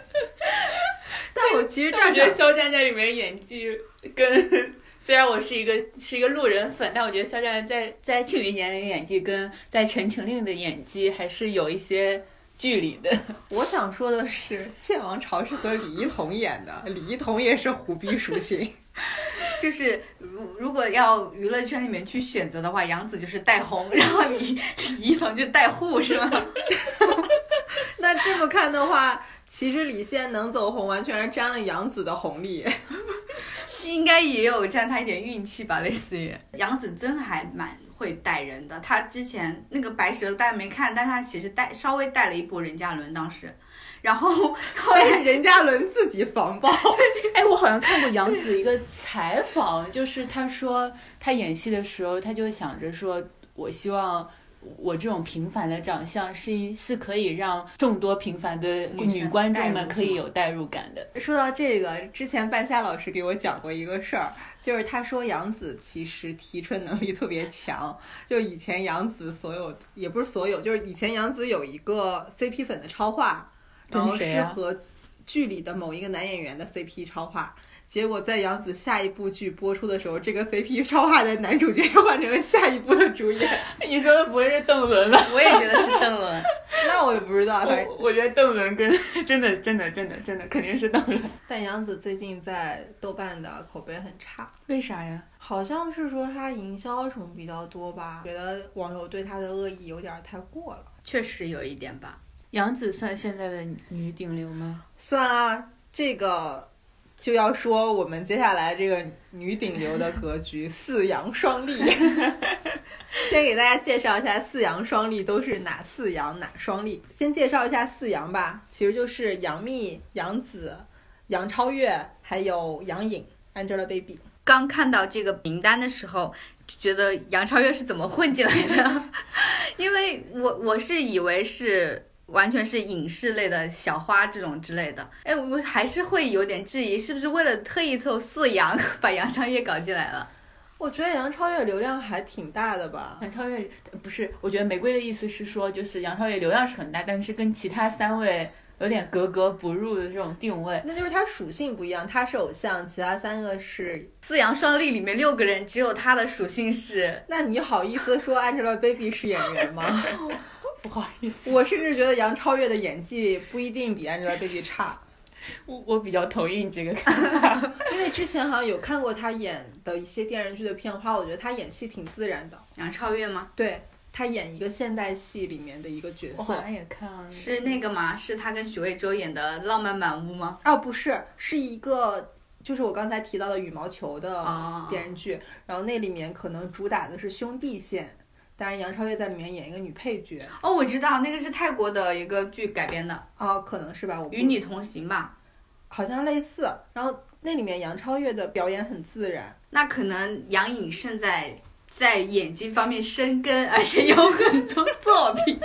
Speaker 2: 但我其实这
Speaker 4: 但
Speaker 2: 样
Speaker 4: 我
Speaker 2: 想
Speaker 4: 觉得肖战在里面演技
Speaker 3: [LAUGHS]
Speaker 4: 跟虽然我是一个是一个路人粉，但我觉得肖战在
Speaker 3: 在《庆余年》里的演技跟在《陈情令》的演技还是有一些距离的。
Speaker 2: 我想说的是，《剑王朝》是和李一桐演的，李一桐也是虎逼属性。
Speaker 1: 就是如如果要娱乐圈里面去选择的话，杨紫就是带红，然后李李一桐就带护，是吗？
Speaker 2: [LAUGHS] 那这么 [LAUGHS] 看的话，其实李现能走红，完全是沾了杨紫的红利。
Speaker 1: 应该也有占他一点运气吧，类似于杨紫真还蛮会带人的。她之前那个《白蛇带》没看，但她其实带稍微带了一波任嘉伦当时，然后后来
Speaker 2: 人家伦自己防爆，
Speaker 3: [LAUGHS] 哎，我好像看过杨紫一个采访，就是她说她演戏的时候，她就想着说，我希望我这种平凡的长相是一是可以让众多平凡的
Speaker 1: 女生
Speaker 3: 女观众
Speaker 1: 代
Speaker 3: 们
Speaker 1: 入
Speaker 3: 可
Speaker 1: 是
Speaker 3: 以
Speaker 1: 吗
Speaker 3: 有代入感的。
Speaker 2: [LAUGHS] 说到这个，之前半夏老师给我讲过一个事儿，就是他说杨紫其实提纯能力特别强。就以前杨紫所有，也不是所有，就是以前杨紫有一个 CP 粉的超话，
Speaker 3: 跟
Speaker 2: 然后
Speaker 3: 谁
Speaker 2: 是
Speaker 3: 啊
Speaker 2: 和剧里的某一个男演员的 CP 超话。结果在杨紫下一部剧播出的时候，这个 CP 超话的男主角又换成了下一部的主演。
Speaker 3: [LAUGHS]
Speaker 2: [LAUGHS]
Speaker 3: 你说的不会是邓伦吧？
Speaker 1: 我也觉得是邓 [LAUGHS] 伦。
Speaker 2: 那我也不知
Speaker 4: 啊
Speaker 2: 道，反正
Speaker 3: 我我觉得邓伦跟 [LAUGHS] 真的真的真的真的肯定是邓伦。
Speaker 2: 但杨紫最近在豆瓣的口碑很差。
Speaker 3: 为啥呀？
Speaker 2: 好像是说他营销什么比较多吧，觉得网友对他的恶意有点太过了。
Speaker 1: 确实有一点吧，
Speaker 3: 杨紫算现在的女顶流吗？
Speaker 2: 算啊，这个就要说我们接下来这个女顶流的格局，四阳双 [LAUGHS] 立。先给大家介绍一下四阳双立都是哪四阳哪双立。先介绍一下四阳吧，其实就是杨幂、杨紫、杨超越，还有杨颖 （Angelababy）。
Speaker 1: 刚看到这个名单的时候，就觉得杨超越是怎么混进来的？ [LAUGHS] 因为我我是以为是完全是影视类的小花这种之类的，哎，我还是会有点质疑，是不是为了特意凑四杨 [LAUGHS] 把杨超越搞进来了？
Speaker 2: 我觉得杨超越流量还挺大的吧，
Speaker 3: 杨超越不是，我觉得玫瑰的意思是说，就是杨超越流量是很大，但是跟其他三位有点格格不入的这种定位。
Speaker 2: 那就是它属性不一样，它是偶像，其他三个是。
Speaker 1: 四杨双立里面六个人，只有她的属性是
Speaker 2: 那你好意思说 Angelababy 是演员吗？
Speaker 3: 不好意思，
Speaker 2: 我甚至觉得杨超越的演技不一定比 Angelababy 差，
Speaker 3: 我我比较同意你这个看法。
Speaker 2: 因为之前好像有看过她演的一些电视剧的片花，我觉得她演戏挺自然的。
Speaker 1: [LAUGHS] 杨超越吗？
Speaker 2: 对她演一个现代戏里面的一个角
Speaker 3: 我好
Speaker 2: 色，
Speaker 3: 像也看了，
Speaker 1: 是那个吗？是她跟许魏洲演的《浪漫满屋》吗？
Speaker 2: 哦，不是，是一个。就是我刚才提到的羽毛球的
Speaker 1: 哦
Speaker 2: 电视剧，然后那里面可能主打的是兄弟线，当然杨超越在里面演一个女配角，
Speaker 1: 哦，我知道，那个是泰国的一个剧改编的，
Speaker 2: 哦，可能是吧，我
Speaker 1: 《
Speaker 2: 不
Speaker 1: 与你同行》吧。
Speaker 2: 好像类似。然后那里面杨超越的表演很自然，
Speaker 1: 那可能杨颖胜在在演技方面深耕，而且有很多作品。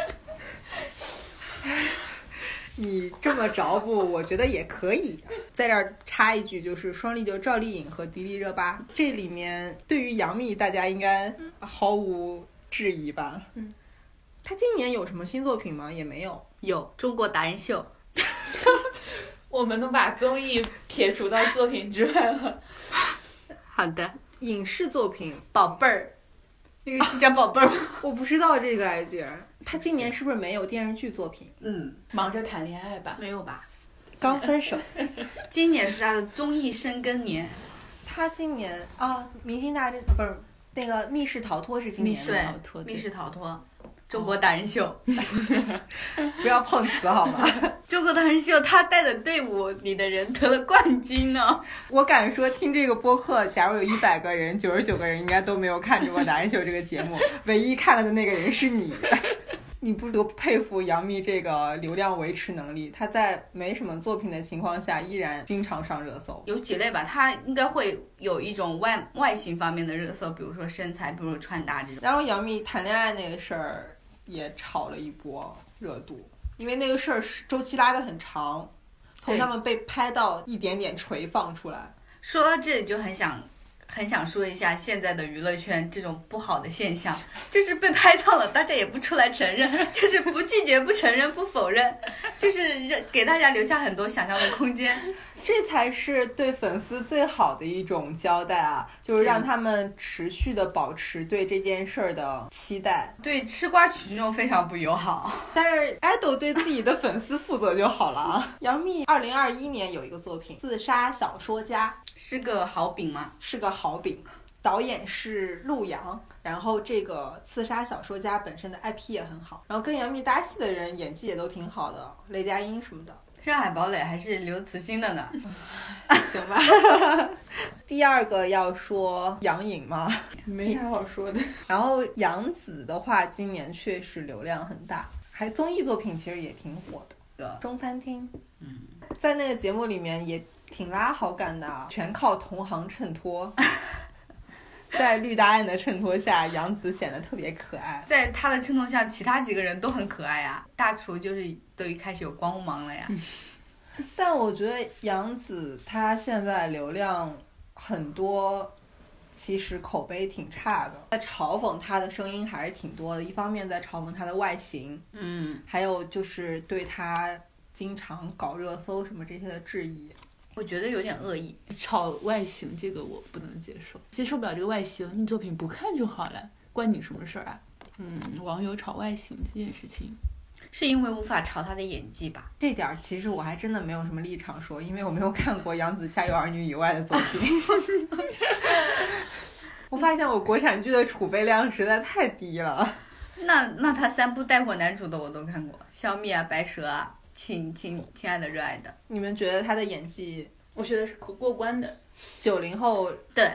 Speaker 2: 你这么着不， [LAUGHS] 我觉得也可以。在这儿插一句，就是双立就赵丽颖和迪丽热巴，这里面对于杨幂大家应该毫无质疑吧？
Speaker 3: 嗯，
Speaker 2: 她今年有什么新作品吗？也没有。
Speaker 1: 有中国达人秀，
Speaker 4: 我们能把综艺撇除到作品之外了。
Speaker 1: 好的，
Speaker 2: 影视作品
Speaker 1: 宝贝儿，那个是叫宝贝儿吗？
Speaker 2: 我不知道这个哎，居然她今年是不是没有电视剧作品？
Speaker 1: 嗯，
Speaker 3: 忙着谈恋爱吧。
Speaker 1: 没有吧？
Speaker 2: 刚分手，
Speaker 1: 嗯今年是他的综艺深耕年，
Speaker 2: [LAUGHS] 她今年啊、明星大侦不是那个密室逃脱是今
Speaker 3: 密
Speaker 2: 年
Speaker 3: 室
Speaker 2: 的吗
Speaker 3: 逃脱，
Speaker 1: 密
Speaker 3: 对
Speaker 1: 室逃脱，中国达人秀，
Speaker 2: 不要碰瓷好吗？
Speaker 1: 中国达人秀，他带的队伍里的人得了冠军呢。
Speaker 2: 我敢说，听这个播客，假如有一百个人，九十九个人应该都没有看《中国达人秀》这个节目，唯一看了的那个人是你。 [LAUGHS] 你不得不佩服杨幂这个流量维持能力，她在没什么作品的情况下，依然经常上热搜。
Speaker 1: 有几类吧，他应该会有一种外外形方面的热搜，比如说身材，比如说穿搭这种。
Speaker 2: 然后杨幂谈恋爱那个事儿也炒了一波热度，因为那个事儿是周期拉得很长，从他们被拍到一点点垂放出来。
Speaker 1: 说到这里就很想很想说一下现在的娱乐圈这种不好的现象，就是被拍到了，大家也不出来承认， [LAUGHS] 就是不拒绝、不承认、不否认，就是让给大家留下很多想象的空间。
Speaker 2: 这才是对粉丝最好的一种交代啊，就是让他们持续的保持对这件事儿的期待。
Speaker 1: 对吃瓜群众非常不友好。
Speaker 2: 但是爱豆对自己的粉丝负责就好了啊。杨幂二零二一年有一个作品《自杀小说家
Speaker 1: 是个好饼吗》？，
Speaker 2: 是个好饼，导演是陆阳，然后这个《刺杀小说家》本身的 IP 也很好，然后跟杨幂搭戏的人演技也都挺好的，雷佳音什么的。
Speaker 1: 是海堡垒还是刘慈欣的呢？
Speaker 2: 行吧。 [LAUGHS] 第二个要说杨颖嘛，
Speaker 4: 没啥好说的。
Speaker 2: 然后杨紫的话，今年确实流量很大，还综艺作品其实也挺火的，《中餐厅》。嗯，在那个节目里面也挺拉好感的啊，全靠同行衬托。在绿答案的衬托下，杨紫显得特别可爱。
Speaker 1: 在他的衬托下，其他几个人都很可爱啊。大厨就是都一开始有光芒了呀。
Speaker 2: 但我觉得杨紫她现在流量很多，其实口碑挺差的，在嘲讽她的声音还是挺多的。一方面在嘲讽她的外形，
Speaker 1: 嗯，
Speaker 2: 还有就是对她经常搞热搜什么这些的质疑。
Speaker 1: 我觉得有点恶意。
Speaker 3: 炒外形这个我不能接受，接受不了这个外形，你作品不看就好了，关你什么事儿啊？嗯，网友炒外形这件事情，
Speaker 1: 是因为无法朝他的演技吧？
Speaker 2: 这点儿其实我还真的没有什么立场说，因为我没有看过杨紫《家有儿女》以外的作品。 [LAUGHS] 我发现我国产剧的储备量实在太低了。
Speaker 1: 那那他三部带火男主的我都看过，《消灭》啊，《白蛇》啊，《亲亲亲爱的热爱的
Speaker 2: 你们觉得她的演技，
Speaker 4: 我觉得是过过关的，
Speaker 2: 九零后》，
Speaker 1: [LAUGHS] 对，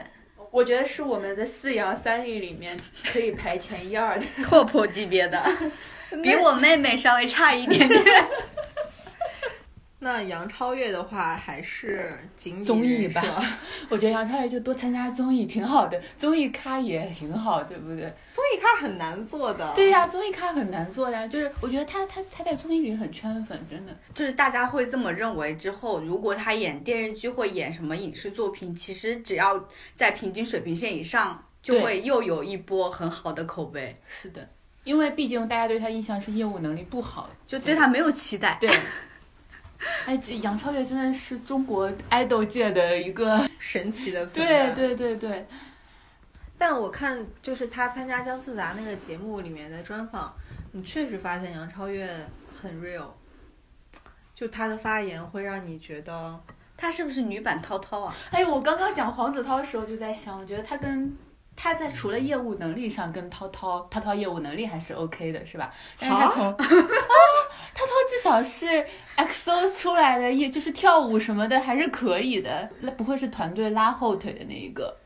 Speaker 4: 我觉得是我们的四阳三里里面可以排前一二的。
Speaker 1: 拓扑级别 [LAUGHS] 的，比我妹妹稍微差一点点。
Speaker 2: 那杨超越的话还是仅以
Speaker 3: 综艺
Speaker 2: 人设 [LAUGHS]
Speaker 3: 吧 [LAUGHS] 我觉得杨超越就多参加综艺挺好的，综艺咖也挺好，对不对？
Speaker 2: 综艺咖很难做的。
Speaker 3: 对呀、综艺咖很难做的呀，就是我觉得他他他在综艺里很圈粉，真的。
Speaker 1: 就是大家会这么认为之后，如果他演电视剧或演什么影视作品，其实只要在平均水平线以上，就
Speaker 3: 对
Speaker 1: 会又有一波很好的口碑，
Speaker 3: 是的，因为毕竟大家对他印象是业务能力不好，
Speaker 1: 就对他没有期待。
Speaker 3: 对。哎，这杨超越真的是中国爱豆界的一个，
Speaker 2: 神奇的存在。
Speaker 3: 对。对对对，
Speaker 2: 但我看就是他参加姜思达那个节目里面的专访，你确实发现杨超越很 real，就他的发言会让你觉得
Speaker 1: 他是不是女版涛涛啊？
Speaker 3: 哎，我刚刚讲黄子韬的时候就在想，我觉得他跟他在除了业务能力上跟涛涛，涛涛业务能力还是 OK 的，是吧？但是他从啊，涛涛至少是 XO 出来的，也就是跳舞什么的还是可以的，那不会是团队拉后腿的那一个。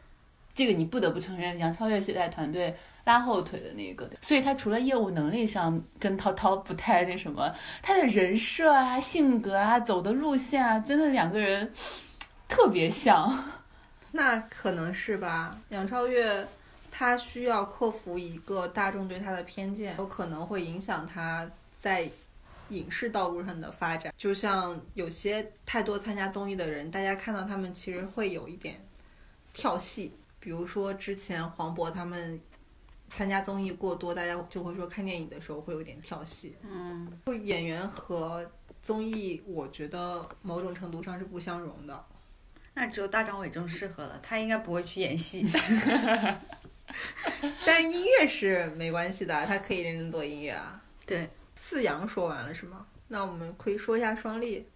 Speaker 3: 这个你不得不承认，杨超越是在团队拉后腿的那一个，所以他除了业务能力上跟涛涛不太那什么，他的人设啊、性格啊、走的路线啊，真的两个人特别像。
Speaker 2: 那可能是吧。杨超越她需要克服一个大众对她的偏见，有可能会影响她在影视道路上的发展。就像有些太多参加综艺的人，大家看到他们其实会有一点跳戏，比如说之前黄渤他们。参加综艺过多，大家就会说看电影的时候会有点跳戏。
Speaker 1: 嗯，
Speaker 2: 就演员和综艺，我觉得某种程度上是不相容的。
Speaker 1: 那只有大张伟这种适合了，他应该不会去演戏。
Speaker 2: 但是音乐是没关系的，他可以认真做音乐啊。
Speaker 1: [LAUGHS] 对，
Speaker 2: 四阳说完了是吗？那我们可以说一下双立。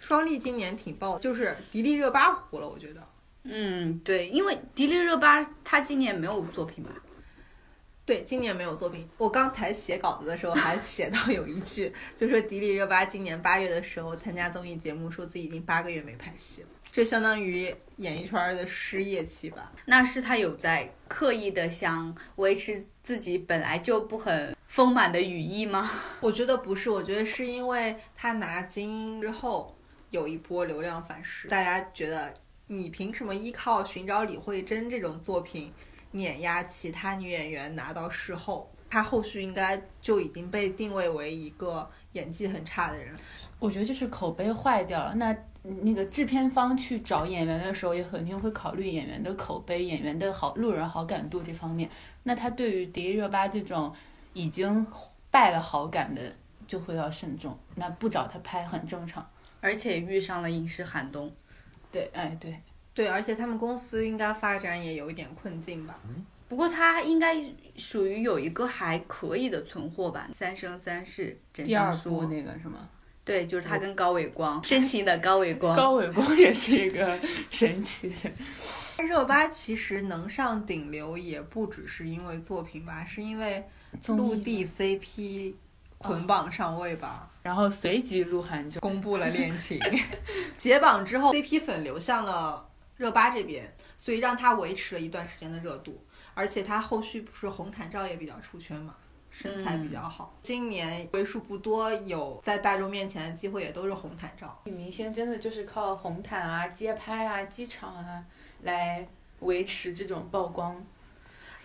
Speaker 2: 双立今年挺爆，就是迪丽热巴火了，我觉得。
Speaker 1: 嗯，对，因为迪丽热巴她今年没有作品吧？
Speaker 2: 对，今年没有作品。我刚才写稿子的时候还写到有一句，就说迪丽热巴今年八月的时候参加综艺节目，说自己已经八个月没拍戏了，这相当于演艺圈的失业期吧。
Speaker 1: 那是她有在刻意的想维持自己本来就不很丰满的羽翼吗？
Speaker 2: 我觉得不是，我觉得是因为他拿金鹰之后有一波流量反噬，大家觉得你凭什么依靠寻找李慧珍这种作品碾压其他女演员拿到视后？她后续应该就已经被定位为一个演技很差的人。
Speaker 3: 我觉得就是口碑坏掉了。那那个制片方去找演员的时候，也肯定会考虑演员的口碑、演员的好路人好感度这方面。那他对于迪丽热巴这种已经败了好感的，就会要慎重。那不找他拍很正常。
Speaker 1: 而且遇上了影视寒冬。
Speaker 3: 对，哎，对，
Speaker 2: 对，而且他们公司应该发展也有一点困境吧。
Speaker 1: 不过她应该属于有一个还可以的存货吧，《三生三世枕
Speaker 3: 第二
Speaker 1: 上书
Speaker 3: 部》那个什么
Speaker 1: 对，就是她跟高伟光，深情的高伟光。
Speaker 3: 高伟光也是一
Speaker 4: [LAUGHS]
Speaker 3: 个神奇的，
Speaker 2: 热巴其实能上顶流，也不只是因为作品吧，是因为陆地 CP 捆绑上位吧，
Speaker 3: 然后随即鹿晗就
Speaker 2: 公布了恋情。解绑之后，CP 粉流向了热巴这边，所以让他维持了一段时间的热度。而且他后续不是红毯照也比较出圈嘛，身材比较好。今年为数不多有在大众面前的机会，也都是红毯照。
Speaker 4: 女明星真的就是靠红毯啊、街拍啊、机场啊来维持这种曝光。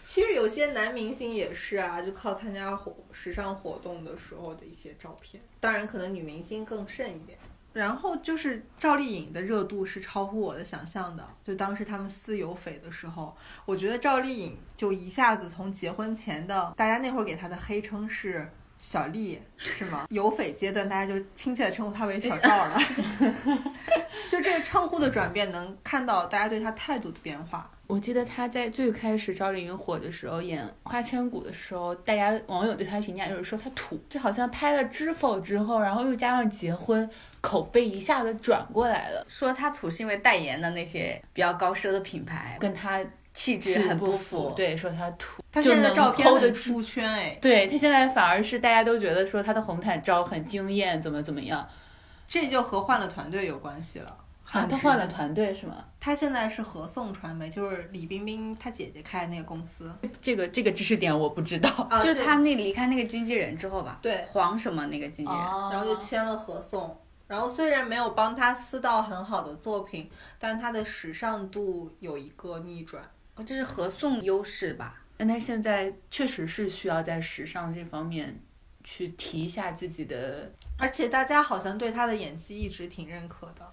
Speaker 2: 其实有些男明星也是啊，就靠参加活时尚活动的时候的一些照片。当然，可能女明星更甚一点。然后就是赵丽颖的热度是超乎我的想象的。就当时他们撕有匪的时候，我觉得赵丽颖就一下子从结婚前的大家那会儿给她的黑称是小丽，是吗？有匪阶段，大家就亲切的称呼她为小赵了。 [LAUGHS] 就这个称呼的转变，能看到大家对她态度的变化。
Speaker 3: 我记得她在最开始赵丽颖火的时候，演《花千骨》的时候，大家网友对她评价就是说她土，就好像拍了《知否》之后，然后又加上结婚，口碑一下子转过来了，
Speaker 1: 说他土是因为代言的那些比较高奢的品牌，
Speaker 3: 跟她
Speaker 1: 气质
Speaker 3: 是
Speaker 1: 很
Speaker 3: 不
Speaker 1: 符。
Speaker 3: 对，说她土，
Speaker 2: 她
Speaker 3: 就
Speaker 2: 现在
Speaker 3: 能
Speaker 2: 的照片
Speaker 3: hold 得
Speaker 2: 很
Speaker 3: 住。
Speaker 2: 出圈哎，
Speaker 3: 对她现在反而是大家都觉得说她的红毯照很惊艳，怎么怎么样
Speaker 2: 这就和换了团队有关系了。
Speaker 3: 啊？她换了，团队是吗？
Speaker 2: 他现在是合颂传媒，就是李冰冰她姐姐开的那个公司。
Speaker 3: 这个这个知识点我不知道。
Speaker 2: 啊
Speaker 1: 就是他那离开那个经纪人之后吧，
Speaker 2: 对
Speaker 1: 黄什么那个经纪人，
Speaker 3: 哦
Speaker 2: 然后就签了合颂。然后虽然没有帮他撕到很好的作品，但他的时尚度有一个逆转。
Speaker 1: 哦这是合颂优势吧？
Speaker 3: 但她现在确实是需要在时尚这方面去提一下自己的
Speaker 2: 而且大家好像对他的演技一直挺认可的。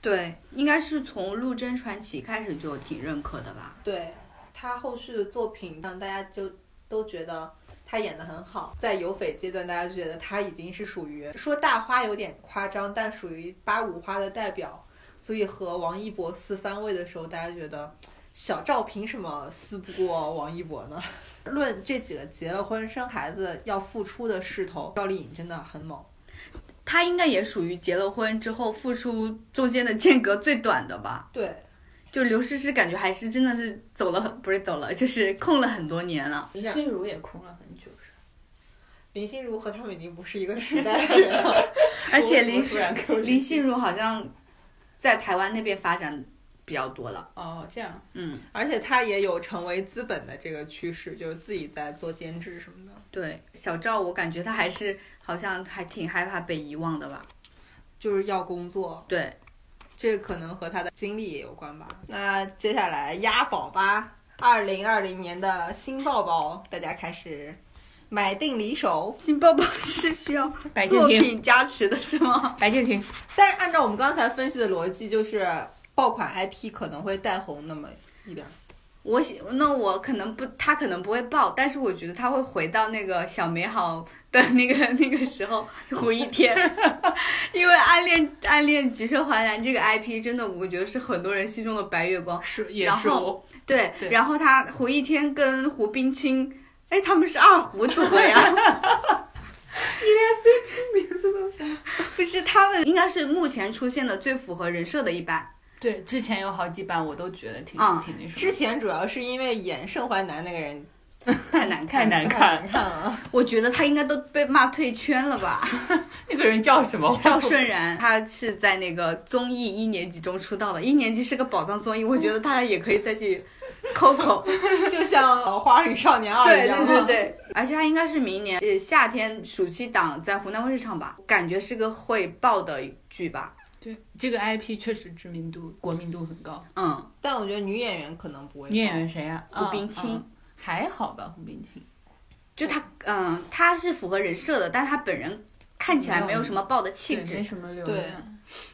Speaker 1: 对，应该是从《陆贞传奇》开始就挺认可的吧？
Speaker 2: 对他后续的作品，让大家就都觉得他演的很好。在有匪阶段，大家就觉得他已经是属于说大花有点夸张，但属于八五花的代表。所以和王一博撕番位的时候，大家觉得小赵凭什么撕不过王一博呢？ [LAUGHS] 论这几个结了婚生孩子要付出的势头，赵丽颖真的很猛。
Speaker 1: 他应该也属于结了婚之后付出中间的间隔最短的吧？
Speaker 2: 对，
Speaker 1: 就刘诗诗感觉还是真的是走了很不是走了，就是空了很多年了。
Speaker 2: 林
Speaker 3: 林心如也空了很久，是吧
Speaker 2: 林心如和他们已经不是一个时代的人了。
Speaker 1: 而且林
Speaker 3: 突然给我
Speaker 1: 林心如好像在台湾那边发展比较多了。
Speaker 3: 哦，这样
Speaker 1: 嗯，
Speaker 2: 而且他也有成为资本的这个趋势，就是自己在做监制什么的。
Speaker 1: 对，小赵我感觉他还是好像还挺害怕被遗忘的吧？
Speaker 2: 就是要工作，
Speaker 1: 对，
Speaker 2: 这可能和他的经历也有关吧。那接下来押宝吧，二零二零年的新抱抱，大家开始买定离手。
Speaker 1: 新包包 [LAUGHS] 是需要
Speaker 3: 白敬
Speaker 1: 作
Speaker 3: 亭，
Speaker 1: 品加持的是吗？
Speaker 3: 白敬亭，
Speaker 2: 但是按照我们刚才分析的逻辑，就是爆款 IP 可能会带红那么一点儿。
Speaker 1: 我喜那我可能不，他可能不会爆，但是我觉得他会回到那个小美好的那个 [LAUGHS] 那个时候，胡一天， [LAUGHS] 因为暗恋暗恋橘车淮南这个 IP 真的，我觉得是很多人心中的白月光。
Speaker 3: 哦是也
Speaker 1: 然
Speaker 3: 是
Speaker 1: 后
Speaker 3: 我，
Speaker 1: 对，
Speaker 3: 对
Speaker 1: 然后他胡一天跟胡冰卿，哎，他们是二胡组合 [LAUGHS] 呀。你连 CP 名字都想，不是他们应该是目前出现的最符合人设的一版。
Speaker 3: 对，之前有好几版我都觉得挺、
Speaker 1: 啊
Speaker 3: 挺那什
Speaker 2: 之
Speaker 3: 么，
Speaker 2: 前主要是因为演盛淮南那个人
Speaker 1: 太难看了，
Speaker 3: 难
Speaker 2: 太难看了， [LAUGHS]
Speaker 1: 我觉得他应该都被骂退圈了吧？
Speaker 3: 那个人叫什么？
Speaker 1: 赵顺然，他是在那个综艺一年级中出道的，一年级是个宝藏综艺，我觉得他也可以再去抠抠。
Speaker 2: 就像《花儿与少年二》一样。
Speaker 1: [LAUGHS] 对，而且他应该是明年呃夏天暑期档在湖南卫视上吧，感觉是个会爆的剧吧。
Speaker 3: [LAUGHS] 对，这个 IP 确实知名度、国民度很高。
Speaker 1: 嗯，
Speaker 2: 但我觉得女演员可能不会爆。
Speaker 3: 女演员谁呀、
Speaker 1: 胡
Speaker 3: 啊
Speaker 1: 冰卿
Speaker 3: 啊还好吧，胡冰卿。
Speaker 1: 就他，嗯，他是符合人设的，但他本人看起来没有什么爆的气
Speaker 3: 对没
Speaker 1: 质。
Speaker 3: 什么流
Speaker 2: 对
Speaker 3: 量。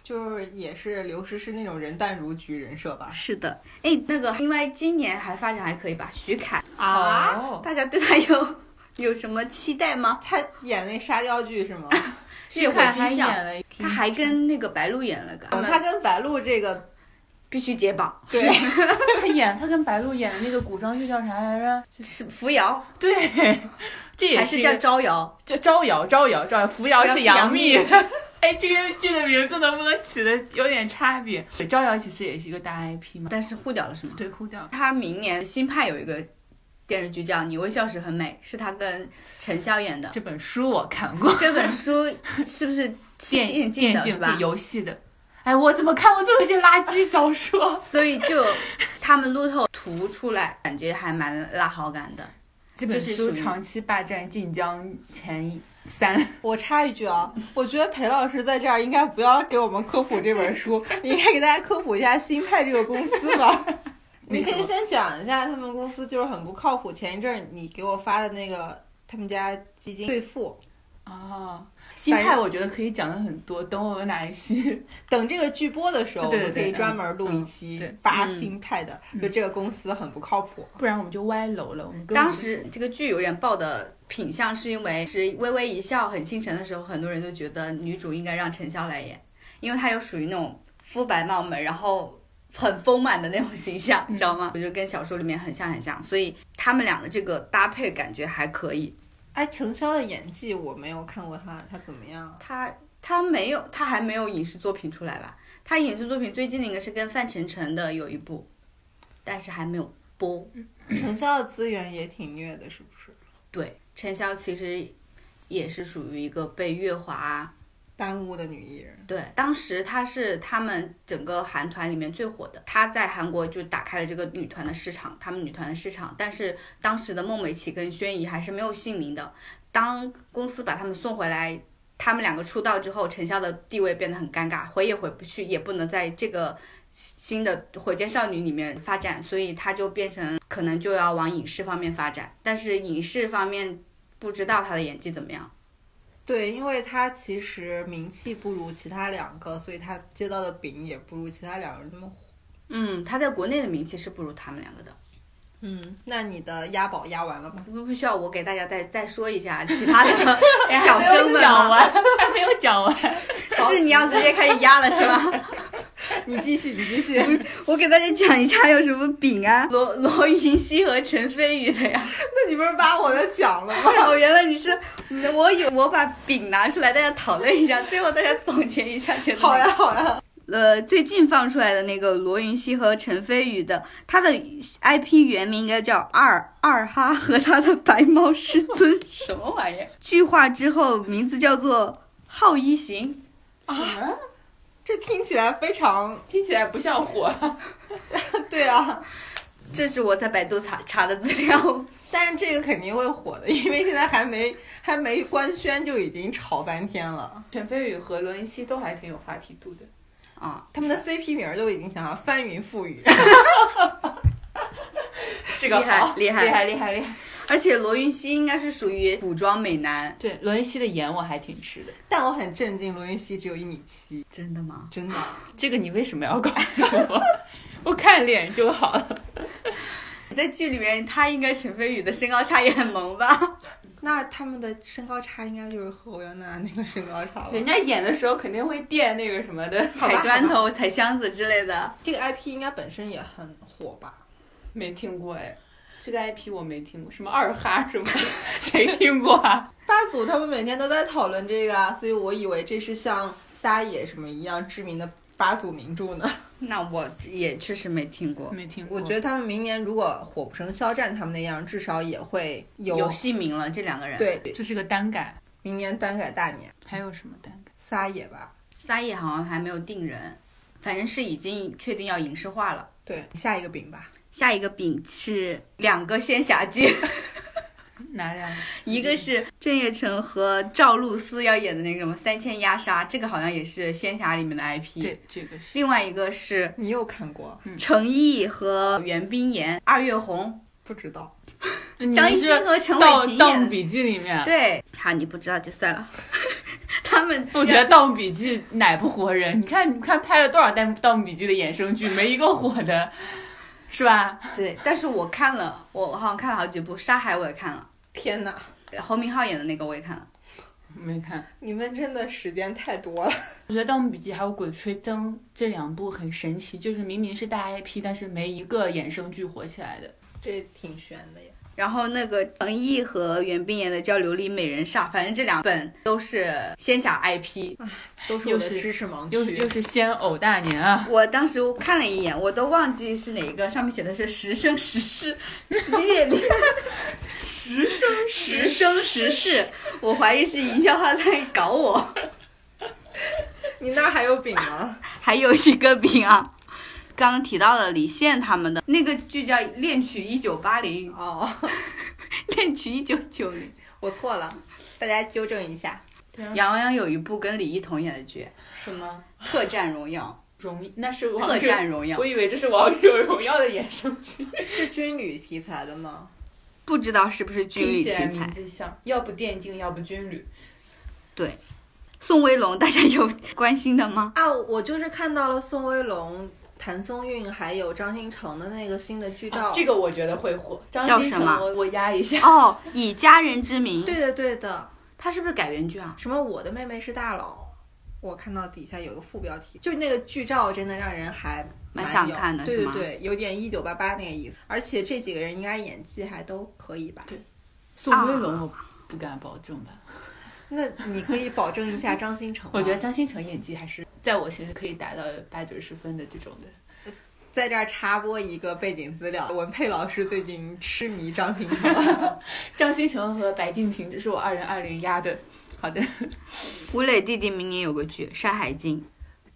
Speaker 2: 就是也是刘诗诗那种人淡如菊人设吧？
Speaker 1: 是的，哎，那个，因为今年还发展还可以吧，徐凯，
Speaker 2: 啊，
Speaker 3: 哦，
Speaker 1: 大家对他有有什么期待吗？
Speaker 2: 他演那沙雕剧是吗？
Speaker 1: 烈火
Speaker 3: 看
Speaker 1: 军
Speaker 3: 还
Speaker 1: 校，
Speaker 3: 演了一，
Speaker 1: 他还跟那个白鹿演了个，
Speaker 2: 哦 [LAUGHS] 他跟白鹿这个
Speaker 1: 必须解绑，
Speaker 2: 对，
Speaker 3: 他演他跟白鹿演的那个古装剧叫啥来着？
Speaker 1: 是扶摇
Speaker 3: [LAUGHS] 对，这也
Speaker 1: 还
Speaker 3: 是
Speaker 1: 是
Speaker 3: 一
Speaker 1: 叫
Speaker 3: 个
Speaker 1: 招摇？
Speaker 3: 叫招摇招摇招摇，扶摇
Speaker 1: 摇
Speaker 3: 是
Speaker 1: 是杨
Speaker 3: 杨幂 [LAUGHS]
Speaker 1: 幂。
Speaker 3: 哎，这个剧的名字能不能起的有点差别？招摇其实也是一个大 IP 嘛。
Speaker 1: 但是互掉了是吗？
Speaker 3: 对，呼掉。
Speaker 1: 他明年新派有一个电视剧叫《你微笑时很美》，是他跟陈晓演的。
Speaker 3: 这本书我看过，
Speaker 1: 这本书是不是是
Speaker 3: 电
Speaker 1: 竞的
Speaker 3: 电
Speaker 1: 是
Speaker 3: 竞
Speaker 1: 吧？
Speaker 3: 游戏的。哎，我怎么看过这么些垃圾小说？ [LAUGHS]
Speaker 1: 所以就他们路透图出来，感觉还蛮拉好感的。
Speaker 3: 这本
Speaker 1: 就是属
Speaker 3: 书
Speaker 1: 于
Speaker 3: 长期霸占晋江前三，
Speaker 2: [LAUGHS]
Speaker 3: [LAUGHS]
Speaker 2: 我插一句啊，我觉得裴老师在这儿应该不要给我们科普这本书， [LAUGHS] 你应该给大家科普一下新派这个公司吧。 [LAUGHS] 你可以先讲一下他们公司就是很不靠谱。前一阵儿你给我发的那个他们家基金兑付，
Speaker 3: 哦，新派我觉得可以讲的很多，等我们哪一期 [LAUGHS]
Speaker 2: 等这个剧播的时候，我
Speaker 3: 对对
Speaker 2: 们可
Speaker 3: 对
Speaker 2: 以专门录一
Speaker 3: 嗯
Speaker 2: 期
Speaker 3: 对
Speaker 2: 扒
Speaker 1: 嗯
Speaker 2: 新派的，就这个公司很不靠谱。
Speaker 3: 不然我们就歪楼了。我们根本
Speaker 1: 当时这个剧有点爆的品相，是因为是微微一笑很倾城的时候，很多人就觉得女主应该让陈晓来演，因为她又属于那种肤白貌美，然后很丰满的那种形象，你知道吗？我觉得跟小说里面很像很像，所以他们俩的这个搭配感觉还可以。
Speaker 2: 哎，程潇的演技我没有看过他，他怎么样啊？
Speaker 1: 他他没有，他还没有影视作品出来吧？他影视作品最近的应该是跟范丞丞的有一部，但是还没有播。
Speaker 2: 程潇的资源也挺虐的，是不是？
Speaker 1: 对，陈晓其实也是属于一个被月华。
Speaker 2: 耽误的女艺人。
Speaker 1: 对，当时她是他们整个韩团里面最火的，她在韩国就打开了这个女团的市场，他们女团的市场。但是当时的孟美岐跟宣仪还是没有姓名的。当公司把他们送回来，他们两个出道之后，陈晓的地位变得很尴尬，回也回不去，也不能在这个新的火箭少女里面发展，所以她就变成可能就要往影视方面发展。但是影视方面不知道她的演技怎么样。
Speaker 2: 对，因为她其实名气不如其他两个，所以她接到的饼也不如其他两个人那么火。
Speaker 1: 嗯，她在国内的名气是不如他们两个的。
Speaker 2: 嗯，那你的押宝押完了吗？
Speaker 1: 不不需要我给大家再再说一下啊其他 [LAUGHS] 的
Speaker 3: 还
Speaker 1: 小
Speaker 3: 没
Speaker 1: 生
Speaker 3: 有
Speaker 1: 们
Speaker 3: 讲
Speaker 1: 吗？
Speaker 3: 完， [LAUGHS] 还没有讲完。
Speaker 1: [LAUGHS] 是你要直接开始压了是吗？
Speaker 2: 你继续，你继续。
Speaker 1: [LAUGHS]
Speaker 2: [LAUGHS]
Speaker 1: 我给大家讲一下有什么饼啊，罗罗云熙和陈飞宇的呀。
Speaker 2: 那你不是把我的讲了吗？
Speaker 1: 哦，原来你是我有我把饼拿出来，大家讨论一 [LAUGHS] 下，最后大家总结一下。觉得
Speaker 2: 好呀，好呀。
Speaker 1: 呃，最近放出来的那个罗云熙和陈飞宇的，他的 IP 原名应该叫二二哈和他的白猫师尊， [LAUGHS] 什么玩意儿？剧化之后名字叫做浩一行。
Speaker 2: 这听起来非常
Speaker 4: 啊 [LAUGHS] 听起来不像火。
Speaker 2: 对啊，
Speaker 1: 这是我在百度查查的资料。
Speaker 2: [LAUGHS] 但是这个肯定会火的，因为现在还没还没官宣就已经炒翻天了，
Speaker 4: 陈飞宇和罗云熙都还挺有话题
Speaker 1: [LAUGHS]
Speaker 4: 度的。
Speaker 1: [LAUGHS] 啊，
Speaker 2: 他们的 CP 名儿都已经想要翻云覆雨。
Speaker 4: 这
Speaker 1: 厉害
Speaker 4: 好
Speaker 1: 厉害
Speaker 4: 厉害厉害厉害！
Speaker 1: 而且罗云熙应该是属于古装美男，
Speaker 3: 对，罗云熙的盐我还挺吃的。
Speaker 2: 但我很震惊，罗云熙只有一米七，
Speaker 1: 真的吗？
Speaker 2: 真的。
Speaker 3: 这个你为什么要告诉我？ [LAUGHS] 我看脸就好了。
Speaker 1: 在剧里面，他应该陈飞宇的身高差也很萌吧？
Speaker 2: 那他们的身高差应该就是和欧阳娜娜那个身高差了
Speaker 4: 人。家演的时候肯定会垫那个什么的，
Speaker 2: 吧
Speaker 1: 踩砖头、踩箱子之类的。
Speaker 2: 这个 IP 应该本身也很火吧？
Speaker 4: [LAUGHS] 没听过哎。这个 IP 我没听过，什么二哈什么的，谁听过啊？
Speaker 2: 八组他们每天都在讨论这个啊，所以我以为这是像撒野什么一样知名的八组名著呢。
Speaker 1: 那我也确实没听过，
Speaker 3: [LAUGHS] 没听过，
Speaker 2: 我觉得他们明年如果火不成肖战他们那样，至少也会有
Speaker 1: 有戏名了这两个人。，
Speaker 2: 对
Speaker 3: 这是个单改，
Speaker 2: 明年单改大年
Speaker 3: 还有什么单改？
Speaker 2: 撒野吧。
Speaker 1: 撒野好像还没有定人，反正是已经确定要影视化了。
Speaker 2: 对，下一个饼吧。
Speaker 1: 下一个饼是两个仙侠剧， [LAUGHS]
Speaker 3: 哪两个？
Speaker 1: 一个是郑业成和赵露思要演的那个什么《三千鸦杀》，这个好像也是仙侠里面的 IP。
Speaker 3: 对，这个是
Speaker 1: 另外一个是
Speaker 2: 你有看过？
Speaker 1: 程毅和袁冰妍、二月红、
Speaker 2: 不知道。
Speaker 1: 张艺
Speaker 3: 你是
Speaker 1: 兴和陈伟
Speaker 3: 盗《
Speaker 1: 霆
Speaker 3: 盗
Speaker 1: 演
Speaker 3: 墓
Speaker 1: 的。
Speaker 3: 笔记》里面，
Speaker 1: 对，好，你不知道就算了。 [LAUGHS] 他们
Speaker 3: [LAUGHS] 我觉得《盗墓笔记》奶不活人。你看，你看拍了多少代《盗墓笔记》的衍生剧，没一个火的，是吧？
Speaker 1: 对，但是我看了，我好像看了好几部，《沙海》我也看了，
Speaker 2: 天哪，
Speaker 1: 侯明昊演的那个我也看了。
Speaker 3: 没看。
Speaker 2: 你们真的时间太多了。
Speaker 3: 我觉得《盗墓笔记》还有《鬼吹灯》这两部很神奇，就是明明是大 IP，但是没一个衍生剧火起来的。
Speaker 2: 这挺悬的呀。
Speaker 1: 然后那个程毅和袁冰妍的交流里，《美人煞》，反正这两本都是仙侠 IP。
Speaker 2: 都是
Speaker 3: 又
Speaker 2: 我的
Speaker 3: 是
Speaker 2: 知识盲
Speaker 3: 又是又
Speaker 2: 区。
Speaker 3: 是先偶大年啊！
Speaker 1: 我当时我看了一眼，我都忘记是哪一个，上面写的是十生十世，你也别十生十生十世，我怀疑是营销号在搞我。
Speaker 2: 你那儿还有饼吗？
Speaker 1: 还有一个饼啊，刚刚提到了李现他们的那个剧叫《恋曲一九八零》，
Speaker 2: [LAUGHS] 哦，
Speaker 1: [LAUGHS] 《恋曲一九九零
Speaker 2: 我错了，大家纠正一下。》，
Speaker 1: 杨洋有一部跟李一桐演的剧
Speaker 2: 什么？
Speaker 1: 《特战荣耀
Speaker 3: 容易，那是》，
Speaker 1: 特
Speaker 3: 王者，
Speaker 1: 战荣耀
Speaker 3: [LAUGHS]
Speaker 4: 我。以为这是王者荣耀的衍生剧，
Speaker 2: 是军旅题材的吗？
Speaker 1: 不知道是不是军
Speaker 4: 听
Speaker 1: 旅
Speaker 4: 起
Speaker 1: 题
Speaker 4: 来名
Speaker 1: 材。
Speaker 4: 字像，要不电竞，要不军旅。
Speaker 1: 宋威龙，大家有 [LAUGHS] 关心的吗？
Speaker 2: 啊，我就是看到了宋威龙、谭松韵还有张新成的哦那个新的剧
Speaker 3: 哦
Speaker 2: 照。
Speaker 4: 这个我觉得会火。张
Speaker 1: 叫
Speaker 4: 新
Speaker 1: 什
Speaker 4: 成，
Speaker 1: 么
Speaker 4: 我我压一下。
Speaker 1: 哦，以家人之名，
Speaker 2: 对的对的，
Speaker 1: 他是不是改编剧啊？
Speaker 2: 什么我的妹妹是大佬。我看到底下有个副标题，就是那个剧照真的让人还
Speaker 1: 蛮
Speaker 2: 有
Speaker 1: 想看的
Speaker 2: 对
Speaker 1: 是
Speaker 2: 对
Speaker 1: 吗
Speaker 2: 对，有点一九八八那个意思。而且这几个人应该演技还都可以吧？
Speaker 3: 宋威
Speaker 1: 啊
Speaker 3: 龙我不敢保证吧。
Speaker 2: 那你可以保证一下张新成吗。
Speaker 3: [LAUGHS] 我觉得张新成演技还是在我心里可以达到八九十分的这种的。
Speaker 2: 在这儿插播一个背景资料，文佩老师最近痴迷张新成， [LAUGHS]
Speaker 3: 张新成和白敬亭，这是我二零二零压的。好的，
Speaker 1: 吴磊弟弟明年有个剧《山海经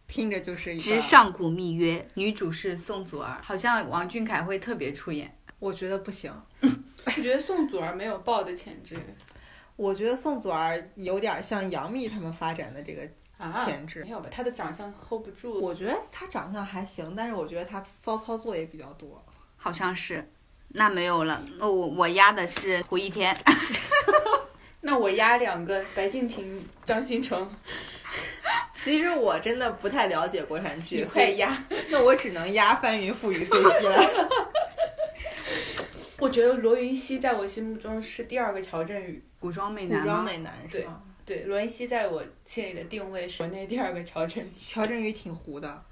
Speaker 2: 听着就是一
Speaker 1: 之
Speaker 2: 个。
Speaker 1: 上古密约》，女主是宋祖儿，好像王俊凯会特别出演。
Speaker 2: 我觉得不行，
Speaker 4: 我觉得宋祖儿没有爆的潜质
Speaker 2: 我觉得宋祖儿有点像杨幂他们发展的这个
Speaker 3: 啊，
Speaker 2: 潜质。
Speaker 4: 没有吧？她的长相 hold 不住。
Speaker 2: 我觉得她长相还行，但是我觉得她骚操作也比较多。
Speaker 1: 好像是。那没有了，那我我压的是胡一天，
Speaker 4: 那我压两个白敬亭、张新成，
Speaker 2: 其实我真的不太了解国产
Speaker 4: 你
Speaker 2: 剧，所
Speaker 4: 快
Speaker 2: 以
Speaker 4: 压！
Speaker 2: 那我只能压翻云覆雨 CP 了。
Speaker 4: 我觉得罗云熙在我心目中是第二个乔振宇。
Speaker 1: 古装
Speaker 2: [LAUGHS]
Speaker 1: 美
Speaker 2: 古
Speaker 1: 男
Speaker 2: 装
Speaker 1: 吗？
Speaker 2: 美男是吗？
Speaker 4: 对，罗云熙在我心里的定位是国内第二个乔振宇。
Speaker 2: 乔振宇挺糊的，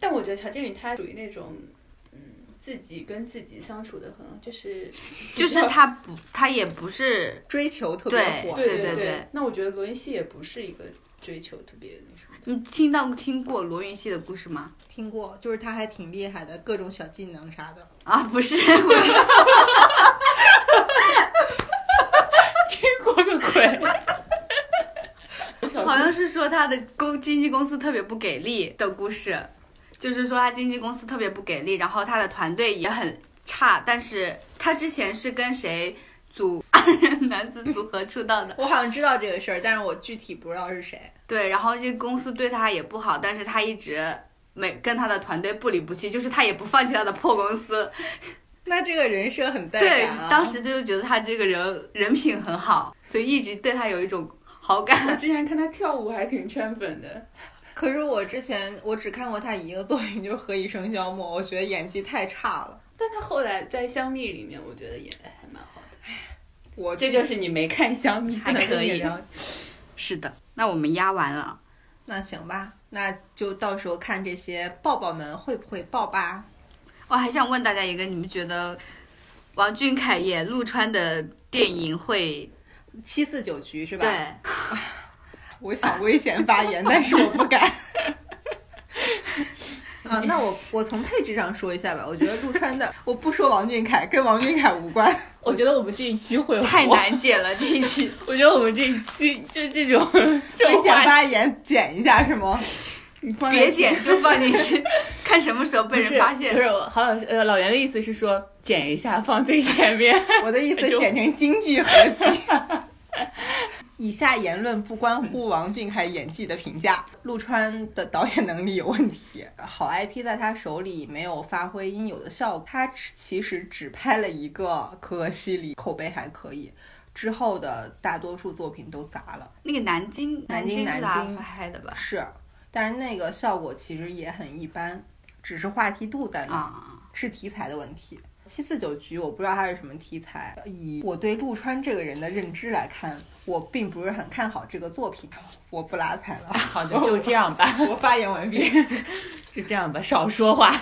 Speaker 4: 但我觉得乔振宇他属于那种，嗯，自己跟自己相处的很好，就是
Speaker 1: 就是他不，他也不是。
Speaker 2: 追求特别
Speaker 1: 对
Speaker 2: 火。
Speaker 4: 对
Speaker 1: 对
Speaker 4: 对
Speaker 1: 对
Speaker 4: 那我觉得罗云熙也不是一个追求特别那什么的。
Speaker 1: 你听到听过罗云熙的故事吗？
Speaker 2: 听过，就是他还挺厉害的，各种小技能啥的。
Speaker 1: 啊，不是，
Speaker 3: 过个鬼。
Speaker 1: [LAUGHS] 好像是说他的公经纪公司特别不给力的故事，就是说他经纪公司特别不给力，然后他的团队也很差，但是他之前是跟谁组二人男子组合出道的，
Speaker 2: [LAUGHS] 我好像知道这个事儿，但是我具体不知道是谁。
Speaker 1: 对，然后这个公司对他也不好，但是他一直。没跟他的团队不离不弃，就是他也不放弃他的破公司。
Speaker 2: 那这个人设很带
Speaker 1: 对
Speaker 2: 感啊！，
Speaker 1: 当时就是觉得他这个人人品很好，所以一直对他有一种好感。 [LAUGHS]
Speaker 4: 我之前看他跳舞还挺圈粉的，
Speaker 2: 可是我之前我只看过他一个作品，就是《何以笙箫默》，我觉得演技太差了。
Speaker 4: 但他后来在《香蜜》里面，我觉得演的还蛮好的。
Speaker 2: 我
Speaker 4: 这就是你没看《香蜜》，
Speaker 1: 还
Speaker 4: 不能跟
Speaker 1: 可
Speaker 4: 你
Speaker 1: 以
Speaker 4: 聊
Speaker 1: 是的，那我们压完了。
Speaker 2: 那行吧，那就到时候看这些抱抱们会不会抱吧。
Speaker 1: 我还想问大家一个，你们觉得王俊凯演陆川的电影会
Speaker 2: 七四九局是吧？，
Speaker 1: 对？
Speaker 2: 我想危险发言，但是我不敢。啊，那我我从配置上说一下吧。我觉得陆川的，我不说王俊凯，跟王俊凯无关。
Speaker 3: 我觉得我们这一期会火
Speaker 1: 太，难解了这
Speaker 3: [LAUGHS]
Speaker 1: 一期。
Speaker 3: 我觉得我们这一期就这
Speaker 1: [LAUGHS]
Speaker 3: 种这
Speaker 2: 危
Speaker 3: 种
Speaker 2: 险
Speaker 3: 话题，
Speaker 2: 发言剪一下是吗？
Speaker 3: 你放在
Speaker 1: 别剪就放进去，看什么时候被
Speaker 3: 不是
Speaker 1: 人发
Speaker 3: 不
Speaker 1: 现。
Speaker 3: 是，我郝老师呃老袁的意思是说剪一下放最前
Speaker 1: [LAUGHS]
Speaker 3: 面。
Speaker 2: 我的意思
Speaker 3: 就
Speaker 2: 剪成京剧合集。 [LAUGHS] 以下言论不关乎王俊凯演技的评价，陆川的导演能力有问题，好 IP 在他手里没有发挥应有的效果，他其实只拍了一个《可可西里》，口碑还可以，之后的大多数作品都砸了。
Speaker 1: 那个南京，
Speaker 2: 南京
Speaker 1: 京是他
Speaker 2: 南京
Speaker 1: 拍的吧？
Speaker 2: 是，但是那个效果其实也很一般，只是话题度在那儿。
Speaker 1: 啊，
Speaker 2: 是题材的问题。七四九局我不知道它是什么题材，以我对陆川这个人的认知来看，我并不是很看好这个作品。 [LAUGHS] 我不拉踩了， [LAUGHS]
Speaker 3: 好的，就
Speaker 4: [LAUGHS]
Speaker 3: 这样吧，
Speaker 2: 我发言完毕， [LAUGHS]
Speaker 3: 就这样吧，少说话。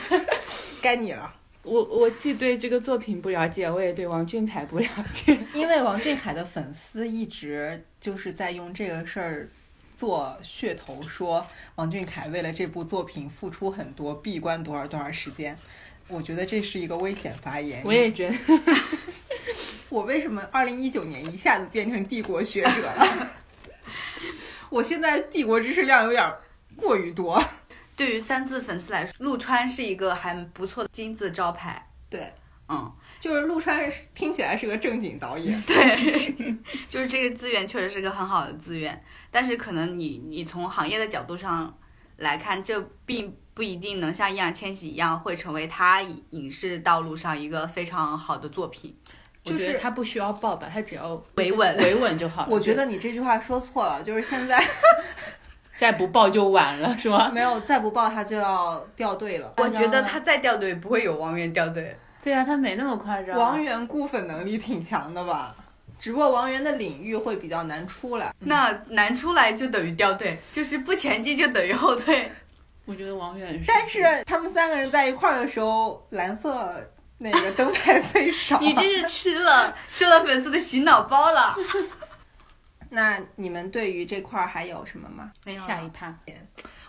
Speaker 2: 该你了。
Speaker 4: 我我既对这个作品不了解，我也对王俊凯不了解。
Speaker 2: [LAUGHS] 因为王俊凯的粉丝一直就是在用这个事儿做噱头，说王俊凯为了这部作品付出很多，闭关多少多少时间。我觉得这是一个危险发言。
Speaker 4: 我也觉得，
Speaker 2: 我为什么二零一九年一下子变成帝国学者了？ [LAUGHS] 我现在帝国知识量有点儿过于多。
Speaker 1: 对于三字粉丝来说，陆川是一个还不错的金字招牌。
Speaker 2: [LAUGHS] 对，
Speaker 1: 嗯，
Speaker 2: [LAUGHS] 就是陆川是听起来是个正经导演，
Speaker 1: 对，就是这个资源确实是个很好的资源，但是可能你你从行业的角度上来看，这并不一定能像易烊千玺一样会成为他影视道路上一个非常好的作品。
Speaker 3: 我觉
Speaker 2: 就是
Speaker 3: 得他不需要抱吧，他只要
Speaker 1: 维稳
Speaker 3: 维稳就好了。
Speaker 2: [LAUGHS] 我觉得你这句话说错了，就是现 [LAUGHS] 在
Speaker 3: 再不抱就晚了，是吗？
Speaker 2: 没有再不报他就要掉队了。
Speaker 1: 我觉得他再掉队不会有王源掉队。
Speaker 3: 对啊，他没那么夸张。
Speaker 2: 王源固粉能力挺强的吧？嗯只不过王源的领域会比较难出来。
Speaker 1: 那难出来就等于掉队，就是不前进就等于后退。
Speaker 3: 我觉得王源是，
Speaker 2: 但是他们三个人在一块儿的时候，蓝色那个灯牌最 [LAUGHS] 少。
Speaker 1: 你真是吃了吃了粉丝的洗脑包了。
Speaker 2: 那你们对于这块儿还有什么吗？
Speaker 1: 没有了
Speaker 3: 下一趴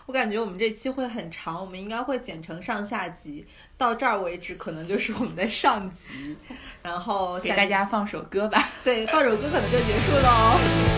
Speaker 2: 我感觉我们这期会很长，我们应该会剪成上下集。到这儿为止，可能就是我们的上集。然后
Speaker 3: 给
Speaker 2: 下
Speaker 3: 大家放首歌吧。
Speaker 2: 对放首歌，可能就结束喽。哦